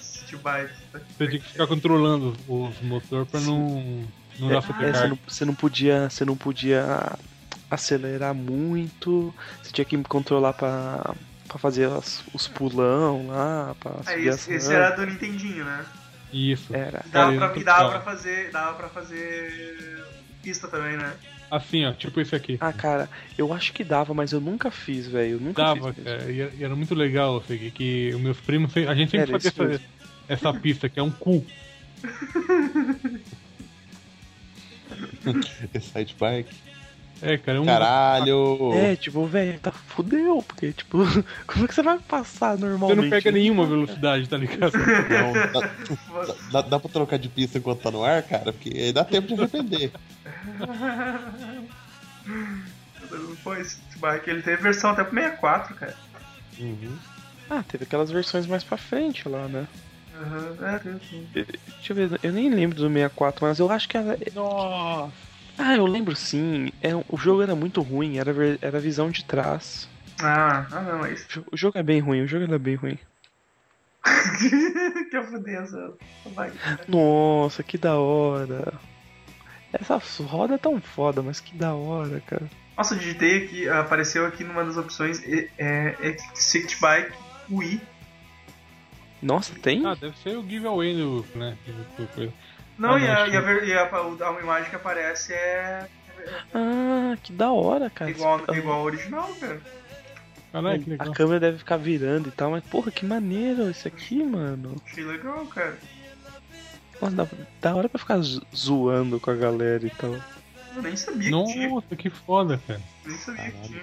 B: Steel bike.
G: Você tinha que ficar controlando os motor pra não. Não dar
D: É, você, não,
G: sobrecarga.
D: você não podia. Você não podia acelerar muito. Você tinha que me controlar pra, pra fazer as- os pulão lá, pra
B: Ah,
D: subir as
B: esse, esse
D: rampas.
B: era do Nintendinho, né?
G: Isso.
D: Era.
B: Dava,
G: Cara, eu
B: pra,
G: não tô
B: e dava pra
G: ligado.
B: fazer. Dava pra fazer pista também, né?
G: Assim, ó, tipo esse aqui.
D: Ah, cara, eu acho que dava, mas eu nunca fiz, velho. Eu nunca
G: Dava,
D: fiz. mesmo.
G: cara. E era- e era muito legal, eu sei, que- que os meus primos. A gente sempre
D: Era isso
G: fazia essa,
D: mesmo.
G: essa pista, que é um cu.
F: Side bike.
G: É, cara, é um.
F: Caralho!
D: É, tipo, velho, tá fudeu, porque, tipo, <laughs> como é que você vai passar
G: Você
D: normalmente?
G: não pega nenhuma velocidade, tá ligado? <laughs>
F: Não, dá, dá, dá pra trocar de pista enquanto tá no ar, cara? Porque aí dá tempo de arrepender.
B: Pô, esse Steel bike ele teve versão até pro 64, cara.
F: Uhum.
D: Ah, teve aquelas versões mais pra frente lá, né?
B: Aham, é, teve.
D: Deixa eu ver, eu nem lembro do 64, mas eu acho que era.
G: Nossa!
D: Ah, eu lembro sim. É, o jogo era muito ruim, era, ver- era visão de trás.
B: Ah, ah, não, é isso. <laughs>
D: O jo- O jogo é bem ruim, o jogo era bem ruim.
B: que eu fudei essa essa bike.
D: Nossa, que da hora. Essas rodas é tão foda, mas que da hora, cara.
B: Nossa, eu digitei aqui, apareceu aqui numa das opções é, é, é City Bike Wii.
D: Nossa, tem?
G: Ah, deve ser o giveaway do. né? do- do coisa.
B: Não,
G: Ah,
B: e,
G: não,
B: a,
G: acho
B: e, a, ver- e a, a, a imagem que aparece é
D: Ah, que da hora, cara.
B: igual,
D: Esse-
B: igual ao original, cara.
G: Caralho, que legal.
D: A câmera deve ficar virando e tal, mas porra, que maneiro isso aqui, mano.
B: Achei legal, cara.
D: Nossa, dá, da hora pra ficar zo- zoando com a galera e tal.
B: Eu nem sabia que tinha.
G: Nossa, que foda, cara.
B: Nem sabia que tinha.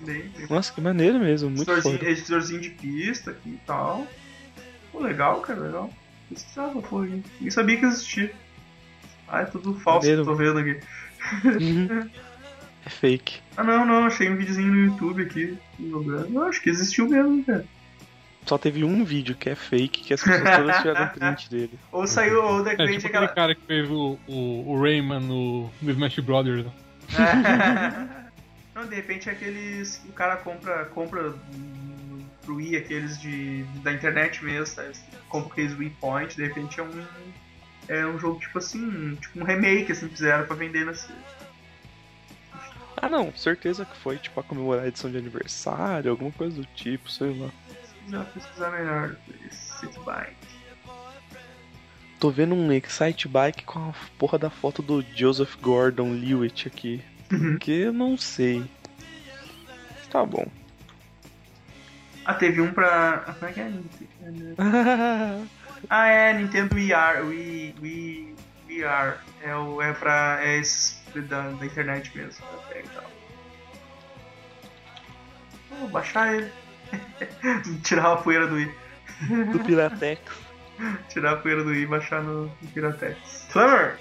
B: Bem, bem.
D: Nossa, que maneiro mesmo, muito
B: editorzinho,
D: foda.
B: editorzinho de pista aqui e tal. Pô, legal, cara, legal. Precisava, pô. Nem sabia que existia. Ah, é tudo falso que eu
D: Maneiro.
B: tô vendo aqui.
D: É fake.
B: Ah, não, não, achei um videozinho no YouTube aqui. jogando. Eu acho que existiu mesmo, cara.
D: Só teve um vídeo que é fake, que as pessoas
B: <laughs>
D: todas tiraram print dele.
B: Ou saiu, ou de
G: É,
B: repente
G: tipo aquele
B: aquela.
G: cara que fez o, o, o Rayman no, no Smash Brothers. né?
B: <laughs> não, de repente é aqueles. O cara compra. compra hum, pro Wii aqueles de. da internet mesmo, sabe? Compra aqueles Wii Point, de repente é um. É um jogo tipo assim. Tipo um remake, assim, fizeram pra vender nesse.
D: Ah não, certeza que foi, tipo, pra comemorar a edição de aniversário, alguma coisa do tipo, sei lá.
B: Precisar pesquisar melhor City Bike.
D: Tô vendo um Excite Bike com a porra da foto do Joseph Gordon Lewitt aqui.
B: Uhum.
D: Que eu não sei.
B: <laughs>
D: Tá bom.
B: Ah, teve um pra. ah, Como é que é? Nintendo- Ah, é, Nintendo VR. Wii, Wii, VR. É, o, é pra. É esses da, da internet mesmo. É, da tag e tal. Vou baixar ele. <laughs> Tirar a poeira do Wii.
D: do Piratex.
B: Tirar a poeira do Wii e baixar no, no Piratex. Slammer!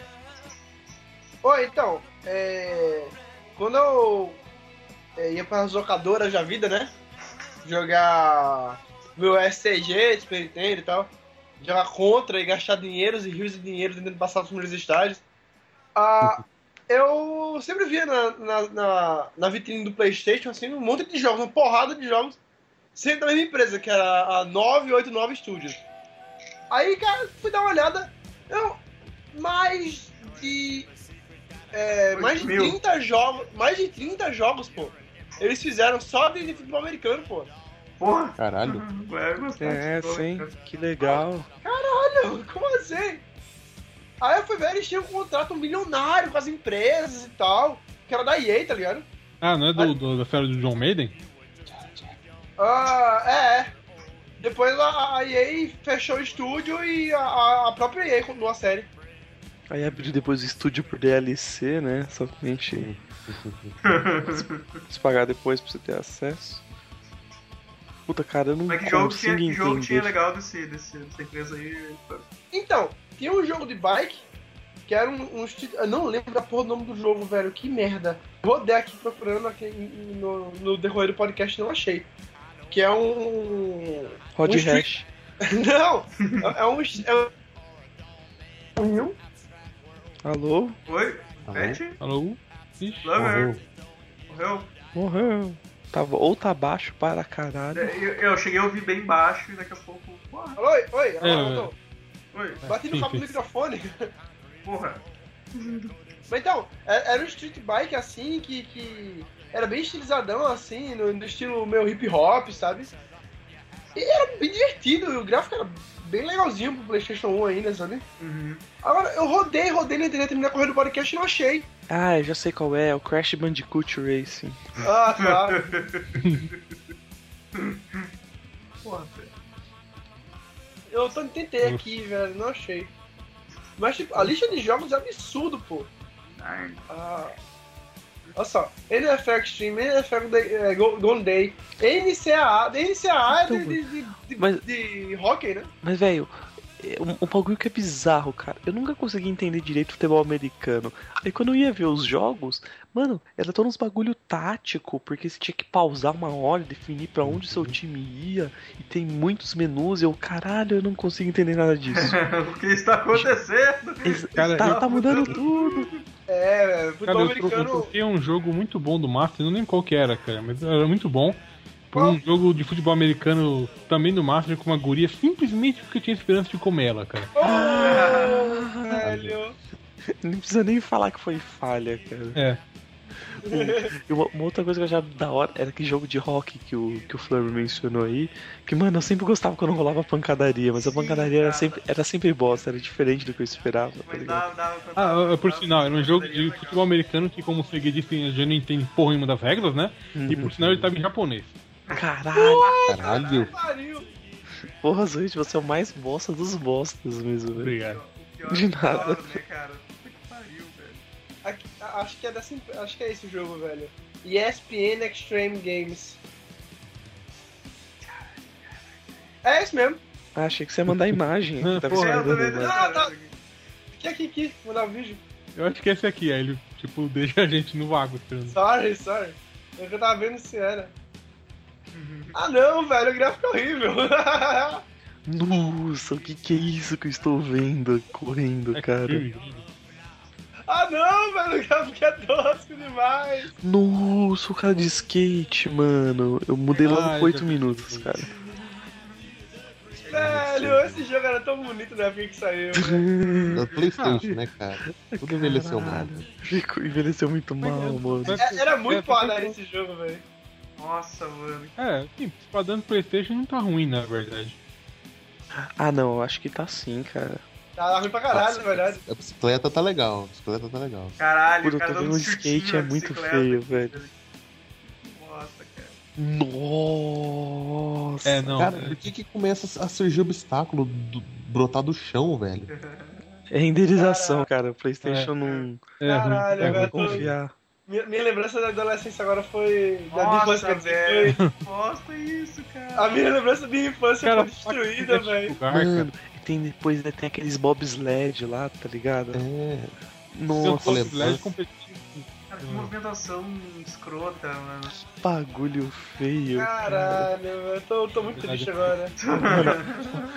C: Ô, então, é... quando eu é, ia para as locadoras da vida, né? Jogar meu STG, Super Nintendo tipo, e tal, jogar contra e gastar dinheiros e rios de dinheiro tentando passar os primeiros estágios. Ah, eu sempre via na, na, na, na vitrine do PlayStation assim, um monte de jogos, uma porrada de jogos, sempre da mesma empresa, que era a 989 Studios. Aí, cara, fui dar uma olhada. Não, mais de. É, mais de
B: Oito mil.
C: 30 jogos. Mais de 30 jogos, pô. Eles fizeram só de futebol americano, pô.
B: Porra! <laughs>
F: Caralho.
B: Vai gostar desse
D: É,
B: jogo,
D: sim.
B: cara.
D: Que legal.
C: Mano, <laughs> como assim? Aí eu fui ver, eles tinham um contrato milionário com as empresas e tal. Que era da EA, tá ligado?
G: Ah, não é do, do- da série do John Maiden?
C: Ah, é, é. Depois a, a EA fechou o estúdio e a- a, a própria EA continuou a série.
D: Aí abriu depois o estúdio por DLC, né? Só pra gente se pagar depois pra você ter acesso. Puta, cara, eu não
B: Mas que jogo, tinha,
D: consigo
B: que jogo tinha
D: entender.
B: legal desse, desse, dessa empresa aí?
C: Então, tinha um jogo de bike que era um, um esti- Eu não lembro da porra do nome do jogo, velho. Que merda. Rodei aqui
B: né?
C: procurando aqui no, no decorrer do podcast e não achei. Que é um. <laughs>
D: Rod
C: Um
D: Hash.
C: Não! É, é um. É um...
D: Alô?
B: Oi?
D: Tá
F: Alô?
B: Pet?
G: Alô? Ixi.
B: Lover?
C: é,
F: Morreu.
B: Morreu?
D: Morreu. Tava, ou tá baixo para caralho.
B: É, Eu, eu cheguei a ouvir bem baixo e daqui a pouco. Porra,
C: Alô, oi, oi, alô,
G: É,
C: alô.
B: oi,
C: Bati no cabo do microfone. <laughs>
B: porra.
C: Mas então, é- era um street bike assim, que, que era bem estilizadão, assim, no, no estilo meio hip hop, sabe? E era bem divertido, e o gráfico era bem legalzinho pro PlayStation 1 ainda, sabe?
B: Uhum.
C: Agora, eu rodei, rodei na internet na corrida do podcast e não achei.
D: Ah, eu já sei qual é. É o Crash Bandicoot Racing.
C: Ah, tá.
B: Porra, Fred.
C: eu tô tentei aqui, velho, não achei. Mas, tipo, a lista de jogos é absurdo, pô.
B: Ai,
C: Ah, olha só, NFL Extreme, NFL Day, eh, Go- Golden Day, NCAA, NCAA é de, de, de, de-
D: Mas-
C: de hockey, né?
D: Mas, velho, é um, um bagulho que é bizarro, cara. Eu nunca consegui entender direito o futebol americano. Aí quando eu ia ver os jogos, mano, era todo uns bagulho tático, porque você tinha que pausar uma hora, definir pra onde seu time ia, e tem muitos menus, e eu, caralho, eu não consigo entender nada
G: <laughs>
D: disso.
B: <laughs> o que está acontecendo?
D: Ex-
G: Cara,
D: tá,
G: eu-
D: tá mudando tudo.
C: É, velho,
G: Cara,
C: futebol
G: eu, tro- eu
C: americano.
G: troquei um jogo muito bom do Master, não lembro qual que era, cara, mas era muito bom. Por um
C: Qual?
G: jogo de futebol americano também do Master com uma guria, simplesmente porque eu tinha esperança de comer ela, cara.
C: Oh,
F: Ah,
C: velho.
D: Não precisa nem falar que foi falha, cara.
G: É.
D: E uma, uma outra coisa que eu achava da hora era que jogo de rock que o, que o Flurry mencionou aí. Que, mano, eu sempre gostava quando rolava pancadaria, mas a
B: Sim,
D: pancadaria era
B: cara.
D: sempre, era sempre bosta, era diferente do que eu esperava. tá
B: Mas dava,
D: ligado?
B: dava pra-
G: Ah, eu- por
B: dava-
G: sinal, era um jogo de
B: legal.
G: futebol americano que, como o Segui disse, já não entende porra nenhuma das regras, né? E por sinal ele tava em
C: Uhum.
G: japonês.
D: Caralho,
F: Caralho.
C: Pariu.
D: porra, Zuit, você é o mais bosta dos bostas mesmo, velho.
G: Obrigado.
B: O pior
D: De
B: é que da hora,
D: nada.
B: né, cara? Puta que pariu, velho.
C: Aqui- a- Acho que é dessa, imp- acho que é esse o jogo, velho. ESPN Extreme Games. É esse mesmo.
D: Ah, achei que você ia mandar a imagem
G: <laughs>
D: aqui, tá
G: Ah, Porra,
B: É, eu
D: vendo?
B: também tô
D: né?
C: Ah, tá.
B: esperando isso aqui.
C: Aqui, aqui, aqui. Mandar o vídeo.
G: Eu acho que esse aqui, aí ele, tipo, <laughs> deixa a gente no vácuo esperando.
C: Sorry, sorry. Eu que tava vendo se era. Ah não, velho, o gráfico é horrível. <laughs>
D: Nossa, o que que é isso que eu estou vendo
G: É
D: correndo, cara?
C: ah não, velho, o gráfico é tosco demais.
D: Nossa, o cara de skate, mano. Eu mudei
G: Ah,
D: logo
G: eu
D: com 8
G: já-
D: minutos, cara.
C: Velho, esse jogo era tão bonito na época que saiu. velho.
F: Da Playstation, né, cara? Tudo envelheceu mal. né?
D: Ficou- Envelheceu muito mal, mano.
C: É- Era
G: É,
C: muito
G: tá
C: padar
G: bom.
C: esse jogo, velho.
B: Nossa, mano.
G: É, sim, padrão do Playstation não tá ruim, na verdade.
D: Ah, não, eu acho que tá sim, cara.
C: Tá ruim pra caralho, na verdade.
F: A bicicleta tá legal, a bicicleta tá legal.
B: Caralho,
D: Puta,
B: o
D: eu
B: cara
D: tô
B: dando
D: vendo um
B: chutinho
D: skate é
B: na
D: muito
B: bicicleta.
D: feio, velho.
B: Nossa,
C: <laughs>
B: cara.
D: Nossa.
G: É, não.
F: Cara, por que que começa a surgir obstáculo do- brotar do chão, velho?
D: É renderização, cara. O Playstation não
G: É,
C: Caralho,
G: ruim.
D: vai
F: tá-
G: É,
C: velho.
G: ruim.
D: confiar.
C: Minha, minha lembrança da adolescência agora foi. Da minha
B: Nossa,
C: infância, quer dizer,
B: velho. Posta isso, cara.
C: foi- A minha lembrança de infância
G: Cara,
C: foi destruída, velho.
G: Lugar,
D: Mano,
G: cara.
D: e tem depois, né, tem aqueles bobsled lá, tá ligado?
F: É,
G: Seu
D: Nossa,
F: falei, né?
G: top LED
F: mas-
G: competitivo.
B: Cara, que movimentação escrota, mano.
D: que bagulho feio.
C: Caralho, velho. Tô, tô muito triste agora.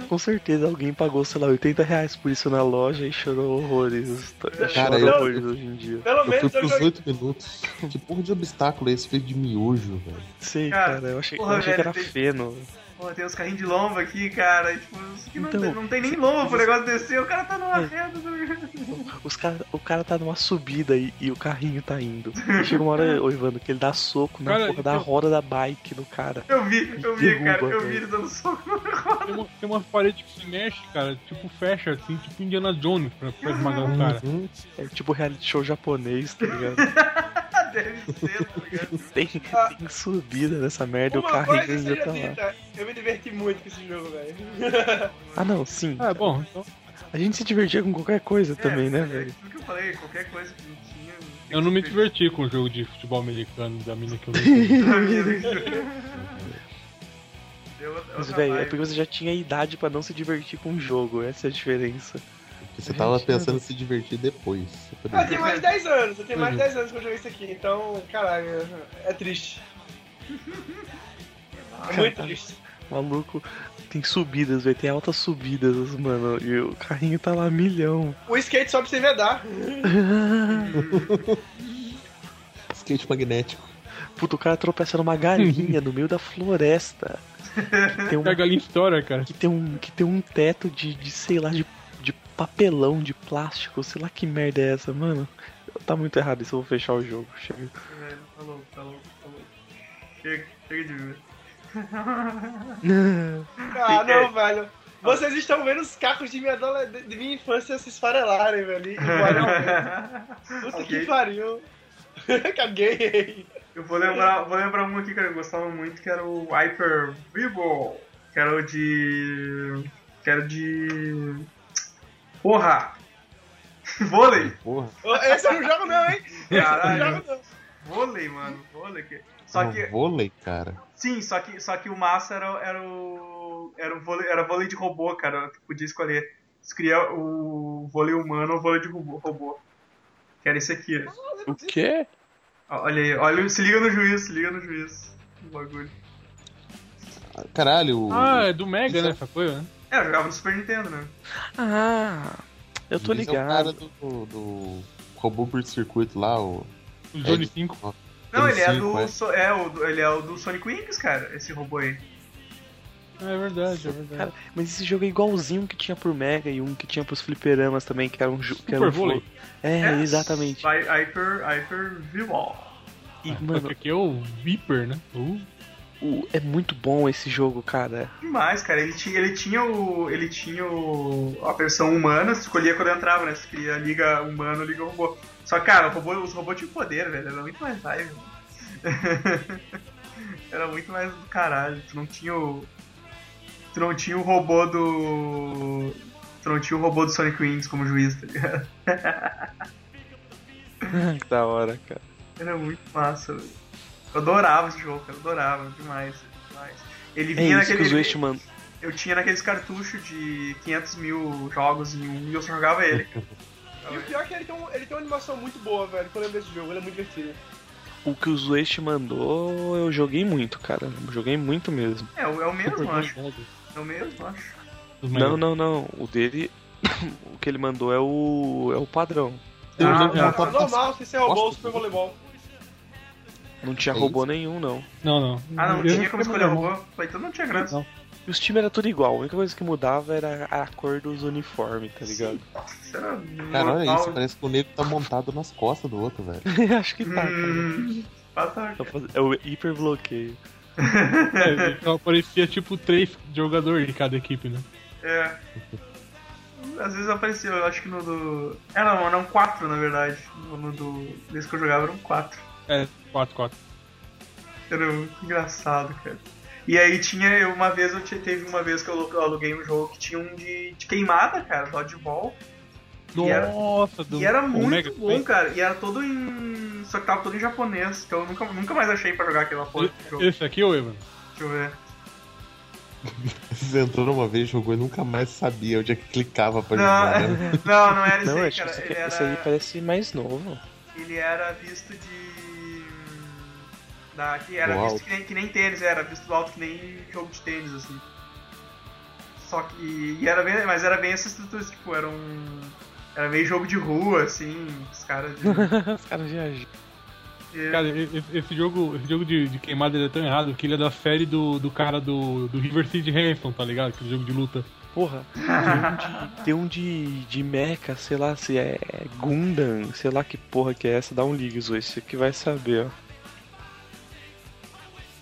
D: Com certeza alguém pagou, sei lá, 80 reais por isso na loja e chorou horrores. Tá-
F: Cara,
D: Chora
F: eu-
D: horrores hoje em dia.
C: Pelo
F: eu fui
C: menos eu
F: pros
C: joguei.
F: 8 minutos. Que porra de obstáculo é esse feito de miojo, velho?
D: Sei,
B: Cara,
D: cara, eu achei,
B: porra,
D: eu achei
B: velho,
D: que
B: tem-
D: era feno.
B: Pô, tem uns carrinhos de lomba aqui, cara. e, Tipo, isso aqui não,
D: Então, É.
B: tem, não tem nem lomba pro negócio descer. O cara tá numa reta. Do...
D: Os cara, o cara tá numa subida e, e o carrinho tá indo. E chega uma hora, ô Ivano, que ele dá soco na
G: Cara,
D: porra da
G: então-
D: roda da bike do cara.
B: Eu vi, eu vi,
D: Derruba,
B: cara. Eu vi
D: velho.
B: ele dando soco.
G: Tem, uma, tem umas paredes que se mexe, cara, tipo fecha, assim, tipo Indiana Jones pra, pra esmagar o cara.
F: Uhum.
D: É tipo reality show japonês, tá ligado?
B: <laughs> Deve ser, tá
D: <laughs>
B: ligado?
D: tem,
C: Ah.
D: tem subida nessa merda, o
C: Uma
D: carrinho
C: coisa
D: ainda
C: seja
D: tá lá.
C: dita, é eu me diverti muito com esse jogo, velho.
D: Ah não, sim.
G: Ah, bom, então.
D: A gente se divertia com qualquer coisa também, né,
B: é,
D: velho?
B: Tudo que eu falei, qualquer coisa que não tinha.
G: Eu não me
B: tinha-
G: diverti com o jogo de futebol americano da mina que
D: <laughs>
G: eu vi.
B: Deu outra
D: Mas, velho, é
B: vibe.
D: porque você já tinha idade pra não se divertir com o jogo, essa é a diferença.
F: Porque Você tava pensando em se divertir depois. Você poderia-
C: Eu tenho mais de 10 anos, eu tenho mais de 10 anos que eu joguei isso aqui, então, caralho, é triste. É muito triste.
D: Maluco, tem subidas, velho. Tem altas subidas, mano. E o carrinho tá lá milhão.
C: O skate só pra se vedar.
F: Skate magnético.
D: Puta, o cara tropeça numa galinha no meio da floresta. Que
G: <laughs>
D: tem um,
G: A galinha estoura, cara.
D: que tem um, que tem um teto de, de, sei lá, de, de papelão, de plástico. Sei lá que merda é essa, mano. Tá muito errado isso, eu vou fechar o jogo. Chega.
B: É, tá louco, tá louco, tá louco. Chega, chega de ver. <laughs>
C: Ah, não, velho. Vocês estão vendo os carros de minha, adole- de minha infância se esfarelarem, velho. E olha, puta
B: Ok.
C: que pariu. <laughs> Caguei.
B: Eu vou lembrar, vou lembrar um aqui que eu gostava muito, que era o Hyper Vivo, que era o de. que era de. Porra! <laughs> Vôlei!
F: Porra.
C: Esse eu não jogo não, hein? Esse eu
D: <laughs>
C: não
B: Caralho!
C: jogo não.
B: Vôlei, mano, vôlei. que- Só
F: no
B: que.
F: vôlei, cara.
B: Sim, só que, só que o massa era, era o. Era o vôlei, era vôlei de robô, cara. Tu podia escolher se criar o vôlei humano ou o vôlei de robô. robô. Que era esse aqui, né?
D: O quê?
B: Ó, Olha aí, olha, se liga no juiz, se liga no juiz. O bagulho.
F: Caralho, o-
G: Ah, é do Mega, né? Essa coisa, né?
B: É, eu jogava no Super Nintendo, né?
D: Ah, eu tô
F: Esse é o cara
D: ligado.
F: do, do robô por circuito lá, o.
G: O Zone 5.
B: Não, ele é
F: Sim,
B: do.
F: é.
B: So- É. o, do- ele é o do Sonic Wings, cara, esse robô aí.
G: É verdade, é verdade.
D: Cara, Mas esse jogo é igualzinho um que tinha pro Mega e um que tinha pros fliperamas também, que era um jogo.
G: Super vôlei.
D: É, exatamente.
B: Vai- Hyper, Hyper V-Ball.
D: E,
G: Só
D: mano,
G: que aqui é o Viper, né? Uh.
D: o- é muito bom esse jogo, cara.
B: Demais, cara. Ele tinha, ele tinha o. Ele tinha o. a versão humana, você escolhia quando entrava, né? Você queria liga humano, liga robô. Só que, cara, o robô, os robôs tinham poder, velho. Era muito mais raiva. <laughs> Era muito mais do caralho. Tu não tinha o. Tu não tinha o robô do. Tu não tinha o robô do Sonic Wings como juiz, tá ligado? <laughs>
D: que da hora, cara.
B: Era muito massa, velho. Eu adorava esse jogo, cara. eu Adorava demais, demais. Ele
D: É
B: vinha
D: isso que
B: naquele.
D: os West man-
B: Eu tinha naqueles cartuchos de 500 mil jogos em um e eu só jogava ele. cara.
C: E o pior é que ele tem, um- ele tem uma animação muito boa, velho. Que eu lembro desse jogo, ele é muito divertido.
D: O que o Zueste mandou, eu joguei muito, cara. Eu joguei muito mesmo.
B: É, o- é o mesmo,
G: Super
B: acho.
G: Nintendo.
B: É o mesmo, acho.
G: Dos Mega.
D: Não, não, não. O dele. <coughs> o que ele mandou é o. é o padrão.
B: Eu
G: Ah,
B: lembro-
G: tá.
C: Ah, tá normal se você roubou o
F: Gosto.
C: Super Voleibol.
D: Não tinha
F: É
D: robô nenhum, não.
G: Não, não.
B: Ah, não,
G: Eu
B: tinha
G: não
B: como
G: fui
B: escolher o
G: mandar,
B: robô. Foi, então não tinha graça.
G: Não.
D: E os times eram tudo igual. A única coisa que mudava era a cor dos uniformes, tá ligado?
B: Isso era um
F: Cara, olha
B: mortal.
F: isso, parece que o negro tá montado nas costas do outro, velho.
D: <laughs> Acho que tá, cara.
B: Hum, passa-
D: Tá faz- É o hiperbloqueio.
G: É, então aparecia tipo três jogadores de cada equipe, né?
B: <laughs> É. Às vezes apareceu, eu acho que no do. É, não, eram quatro, na verdade. No, no do. Desse que eu jogava eram quatro.
G: É, 4-4.
B: Era muito engraçado, cara. E aí tinha eu uma vez, eu tinha, teve uma vez que eu alu- aluguei um jogo que tinha um de, de queimada, cara, dodgeball. E era-
G: Nossa, do
B: E era
G: do
B: muito
G: Mega
B: bom, cara. E era todo em. Só que tava todo em japonês, então eu nunca, nunca mais achei pra jogar aquela porra de jogo.
G: Esse aqui, ô Evan.
B: Deixa eu ver.
F: Você entrou uma vez, jogou e nunca mais sabia onde é que clicava pra jogar.
B: Não,
F: né?
B: <laughs> não, não era esse
D: é, Não,
B: aí,
D: acho que
B: é, cara.
D: esse, aqui-
B: Ele era,
D: esse aí parece mais novo.
B: ele era visto de. Da, que era
F: Do
B: visto
F: alto.
B: que nem, que nem tênis, era visto do alto que nem jogo de tênis, assim. Só que. E era bem, mas era bem essa estrutura, tipo, era um. Era meio jogo de rua, assim, os caras
D: <laughs>
B: de.
D: Os caras viajam.
B: de-
G: Cara, e- e- esse jogo, esse jogo de, de queimada ele é tão errado que ele é da série do, do cara do, do River City Ransom, tá ligado? Aquele jogo de luta.
B: <laughs>
D: Porra, tem um de, de Mecha, sei lá se é Gundam, sei lá que porra que é essa, dá um ligue, Zoe, você que vai saber, ó.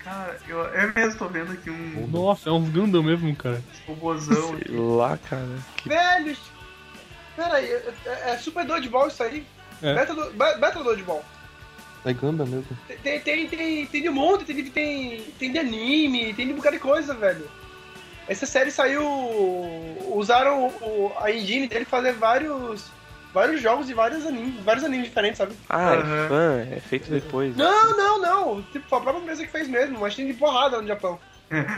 B: Cara, eu, eu mesmo tô vendo aqui um
G: Nossa, é uns Gundam mesmo, cara.
B: robôzão.
D: <laughs> Sei lá, cara. Que...
C: Velho! Pera aí, é, é- é Super Dodgeball isso aí?
G: É.
C: Beta, do, Be- Beta Dodgeball.
F: É Ganda mesmo.
C: Tem, tem, tem, tem de monte, tem de, tem, tem de anime, tem de um bocado de coisa, velho. Essa série saiu. Usaram o- o- a engine dele fazer vários. Vários jogos e vários animes, vários animes diferentes, sabe?
D: Ah,
B: Aham.
D: é fã, é feito depois. né?
C: Não, não, não. Tipo, foi a própria empresa que fez mesmo, mas tem de porrada no Japão.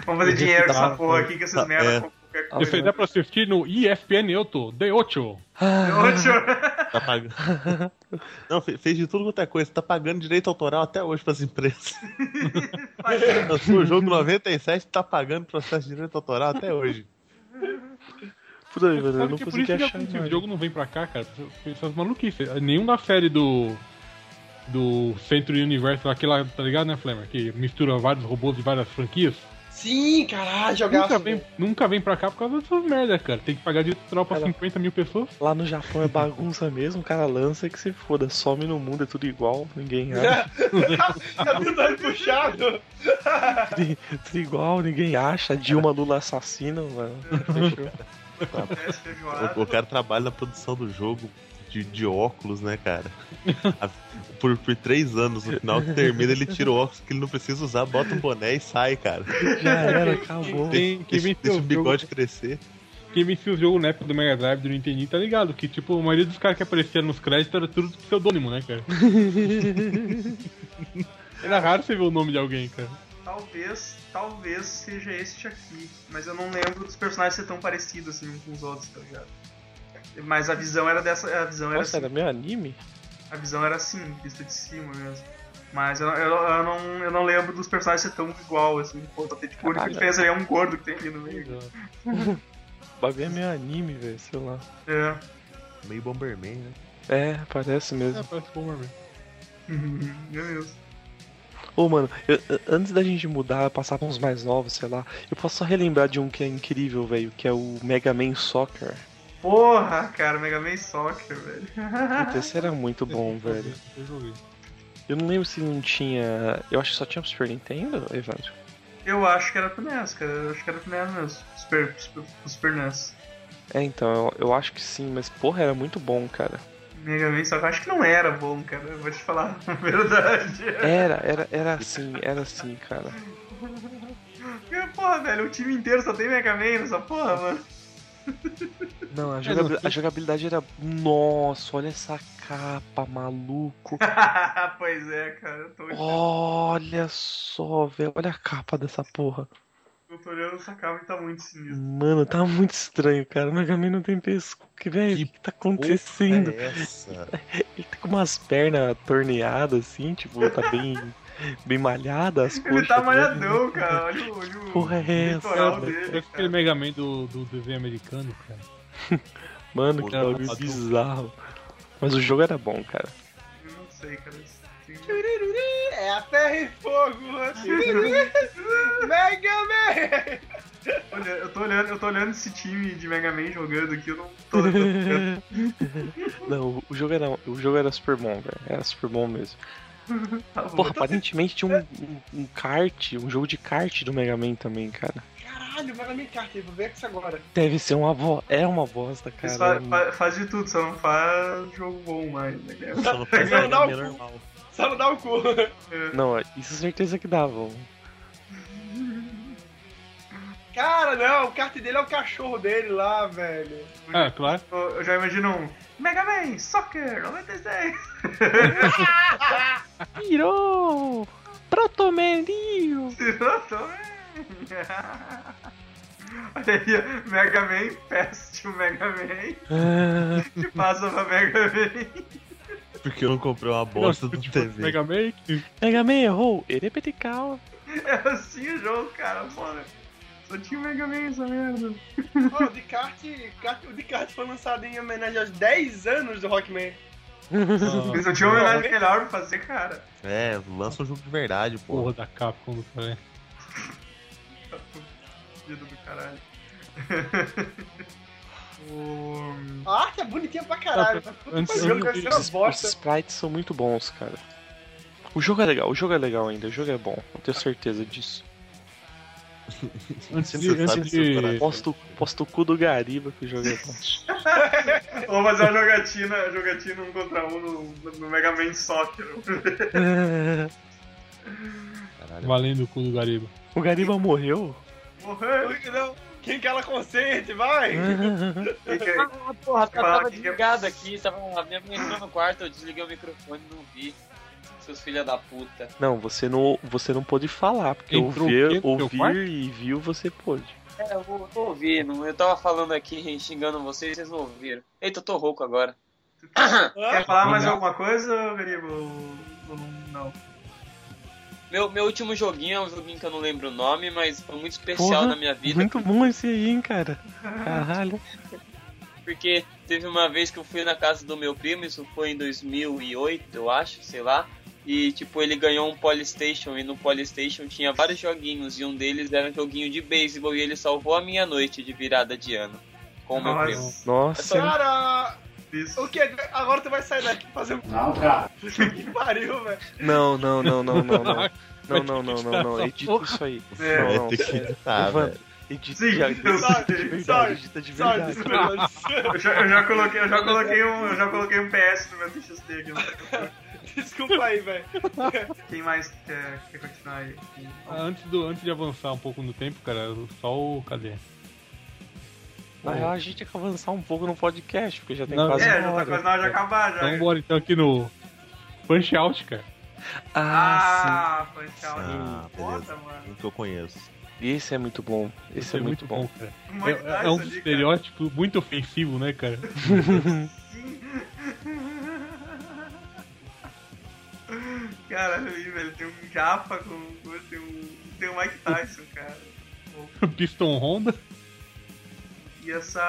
B: Vamos fazer dinheiro com
F: Tá,
B: essa porra aqui que essas
F: tá,
B: merdas
D: <laughs>
F: é.
B: com qualquer
G: Isso aí
B: coisa.
G: dá pra assistir no IFPN Euto, The Ocho.
B: Ótimo.
F: Tá pagando. <laughs> Não, fe- fez de tudo quanto é coisa. Tá pagando direito autoral até hoje pras empresas. Lançou <laughs> o jogo 97, tá pagando processo de direito autoral até hoje.
D: Por aí, mano, eu
G: Sabe
D: não
G: que é por isso
D: consegui
G: que
D: achar.
G: aconteceu,
D: mano.
G: o jogo não vem pra cá, cara. Essas maluquices. Nenhum da série do. Do Centro Universo, aquela, tá ligado, né, Flamer? Que mistura vários robôs de várias franquias.
C: Sim, caralho,
G: Nunca
C: Ah, jogaço. né?
G: vem,
C: velho.
G: nunca vem pra cá por causa dessas merda, cara. Tem que pagar de tropa pra
D: Cara.
G: 50 mil pessoas.
D: Lá no Japão é bagunça mesmo, o cara lança e que se foda. Some no mundo, é tudo igual, <laughs> ninguém acha.
C: Tá tentando puxado.
D: tudo igual, ninguém acha. Dilma Lula assassino, mano. Tá.
B: <laughs> Desce feijoada.
F: O, o cara trabalha na produção do jogo de, de óculos, né, cara? A- por, por três anos, no final que termina, ele tira o óculos que ele não precisa usar, bota um boné e sai, cara.
D: Já era, acabou.
G: Quem, quem
F: Deixa,
G: venceu
F: deixa o
G: o jogo,
F: bigode crescer.
G: quem venceu o jogo na época do Mega Drive, do Nintendinho, tá ligado? Que, tipo, a maioria dos caras que apareciam nos créditos era tudo pseudônimo, né, cara? era raro você ver o nome de alguém, cara.
B: Talvez, talvez seja este aqui, mas eu não lembro dos personagens ser tão parecidos assim uns com os outros, tá ligado? Mas a visão era dessa, a visão era
D: Nossa,
B: assim,
D: era meio anime?
B: a visão era assim, vista de cima mesmo. Mas eu, eu, eu não, eu não lembro dos personagens ser tão igual assim. Pô, tá, tipo, a única
D: Caralho.
B: diferença ali é um gordo que tem ali no meio.
D: O bagulho é meio anime, velho, sei lá.
B: É. <laughs>
F: Meio Bomberman, né?
D: É, parece mesmo.
G: É, parece bom, mano.
B: Meu Deus.
D: Ô, mano, eu- eu- antes da gente mudar, passar pra uns mais novos, sei lá, eu posso só relembrar de um que é incrível, velho, que é o Mega Man Soccer.
B: Porra, cara, Mega Man Soccer, velho. <laughs>
D: Puta, esse era muito bom, velho.
G: Eu joguei.
D: Eu não lembro se não tinha. Eu acho que só tinha pro Super Nintendo, Evandro.
B: Eu acho que era pro NES, cara. Eu acho que era pro NES mesmo. Super, super, super NES.
D: É, então, eu, eu acho que sim, mas porra, era muito bom, cara.
B: Mega Man Soccer, eu acho que não era bom, cara. Eu vou te falar <laughs> a verdade.
D: Era, era, era assim, era assim, cara.
B: Porque, porra, velho, o time inteiro só tem Mega Man nessa porra, mano. <laughs>
D: Não, a,
G: jogabil-
D: jogabilidade, a jogabilidade era. Nossa, olha essa capa, <laughs> maluco.
B: pois é, cara. Eu tô,
D: Olha só, velho. Olha a capa dessa porra.
B: eu tô olhando essa capa e tá muito sinistro.
D: Mano, tá muito estranho, cara. O Mega Man não tem pescoço. Que, velho, o
F: Que
D: que tá acontecendo?
F: Porra, é essa?
D: Ele tá com umas pernas torneadas, assim, tipo, tá bem, bem malhada as
B: <laughs>
D: coxas.
B: Ele tá
D: né?
B: malhadão, cara. Olha o, olha o
D: Porra, é essa,
B: litoral
D: velho?
B: dele,
G: Parece
B: cara.
G: aquele Mega Man do, do desenho americano, cara.
D: Mano, que
F: Porra,
D: bagulho
F: adulto.
D: bizarro. Mas o jogo era bom,
B: <laughs>
D: cara.
B: Eu não sei, cara. Sim.
C: É a ferro e fogo. Mega Man.
B: Olha, eu tô olhando, eu tô olhando esse time de Mega Man jogando aqui, eu não tô.
D: <laughs>
B: eu-
D: Não, o jogo era, o jogo era super bom, velho. Era super bom mesmo.
B: tá bom.
D: Porra, aparentemente tinha um, um, um kart, um jogo de kart do Mega Man também, cara.
C: Caralho, Mega Man Carter, vou ver com isso agora.
D: Deve ser uma voz. É uma bosta,
B: Eles
D: cara.
B: fa- fa- faz de tudo, só não faz jogo bom mais, né, cara?
F: Só <laughs> não faz
C: Não,
F: nada
C: não.
F: normal.
C: Só não dá o cu.
D: Não, isso certeza que dava.
C: Cara, não, o Carter dele é o cachorro dele lá, velho.
G: Ah, claro.
B: Eu, eu já imagino um Mega Man Soccer 96.
D: Pirou! Protomerio!
B: <laughs> Olha aí, Mega Man peste o Mega Man
D: Ah,
B: e passa pra Mega Man.
F: Porque eu não comprei uma bosta do
G: Tipo,
F: TV.
G: Mega Man <laughs> que
D: Mega Man errou! Erepetical!
B: É assim o jogo, cara, foda. Só tinha o Mega Man essa merda.
C: Pô, o de kart, kart- o de kart foi lançado em homenagem aos 10 anos do Rockman.
G: Ah,
B: Eles não tinham uma homenagem melhor pra fazer, cara.
F: É, lança um jogo de verdade, pô.
G: porra da Capcom do cara.
B: Vida do caralho. <laughs> O-
C: A arte é bonitinha pra caralho.
F: Tá
C: mas puta
G: Ah, Antes-
C: que pariu, deve ser uma
D: Os, os
C: bosta.
D: sprites são muito bons, cara. O jogo é legal, o jogo é legal ainda, o jogo é bom, eu tenho certeza disso.
G: Antes de.
F: Você sabe
G: Antes
F: seu
G: de...
F: coração.
D: Posto, posto o cu do Gariba que o jogo é bom.
B: Vamos fazer uma jogatina, jogatina um contra um no, no Mega Man Soccer.
G: <laughs>
F: Caralho.
G: Valendo o cu do Gariba.
D: o Gariba
C: <laughs>
D: morreu?
B: Morreu.
C: Não, Quem é que ela consente, vai!
B: Que é? que-
E: Ah, porra, tá-
B: Fala
E: tava
B: que-
E: desligado aqui, tava, a minha mãe entrou no quarto, eu desliguei o microfone e não vi. Seus filha da puta.
D: Não, você não, você não pôde falar, porque
G: Entrou o
D: ouvir,
G: quê no teu
D: ouvir
G: quarto?
D: e viu você pôde.
E: É, eu vou, vou ouvir. não- Eu tava falando aqui, <laughs> xingando vocês, vocês não ouviram. Eita, eu tô rouco agora.
B: Quer falar mais
G: Não.
B: alguma coisa, Garibo? Ou Não.
E: Meu, meu último joguinho é um joguinho que eu não lembro o nome, mas foi muito especial
D: Porra,
E: na minha vida.
D: Muito bom esse aí, hein,
C: <laughs>
D: cara. Caralho.
E: Porque teve uma vez que eu fui na casa do meu primo, isso foi em 2008, eu acho, sei lá. E, tipo, ele ganhou um Polystation, e no Polystation tinha vários joguinhos, e um deles era um joguinho de beisebol, e ele salvou a minha noite de virada de ano com o meu
B: Nossa,
E: primo.
D: Nossa.
C: Cara,
B: isso.
C: o que? Agora tu vai sair daqui e fazer um. Não, cara. Que pariu, velho.
D: Não, não, não, não, não, <laughs> não. Não, não, não, não, não. Edita isso aí.
B: É.
D: Não,
F: Vai
D: não.
F: ter que editar,
D: Evandro,
F: Tá, velho.
D: Edita
B: Sim,
D: já-
B: então,
D: edita de
B: sorry, <laughs>
D: verdade.
C: sorry,
D: Edita de
C: Sorry,
D: verdade.
C: desculpa.
B: Eu já, eu já coloquei, eu já coloquei um, eu já coloquei um PS no meu TXT aqui. né?
C: Desculpa aí, velho.
B: Quem mais quer, quer continuar aí?
G: Ah, Antes, do, antes de avançar um pouco no tempo, cara, só o. Cadê?
D: Na real, a gente tem que avançar um pouco no podcast, porque já tem
G: Não,
D: quase
B: É,
D: uma
B: já tá
D: hora.
B: quase na hora de acabar já.
G: Então bora então aqui no Punch Out, cara.
D: Ah,
B: Ah, foi tchau.
F: Ah,
B: Foda,
F: beleza.
B: mano.
F: Um que eu conheço.
D: sim. Esse é muito bom. Esse, é, muito bom.
G: cara.
B: Uma
G: É,
B: novidade
G: é um
B: isso ali, cara.
G: estereótipo muito ofensivo, né, cara? <laughs>
B: <laughs> Caralho, aí, velho, tem um Japa com. Tem um, tem um Mike Tyson, cara.
G: Piston Honda.
B: E essa.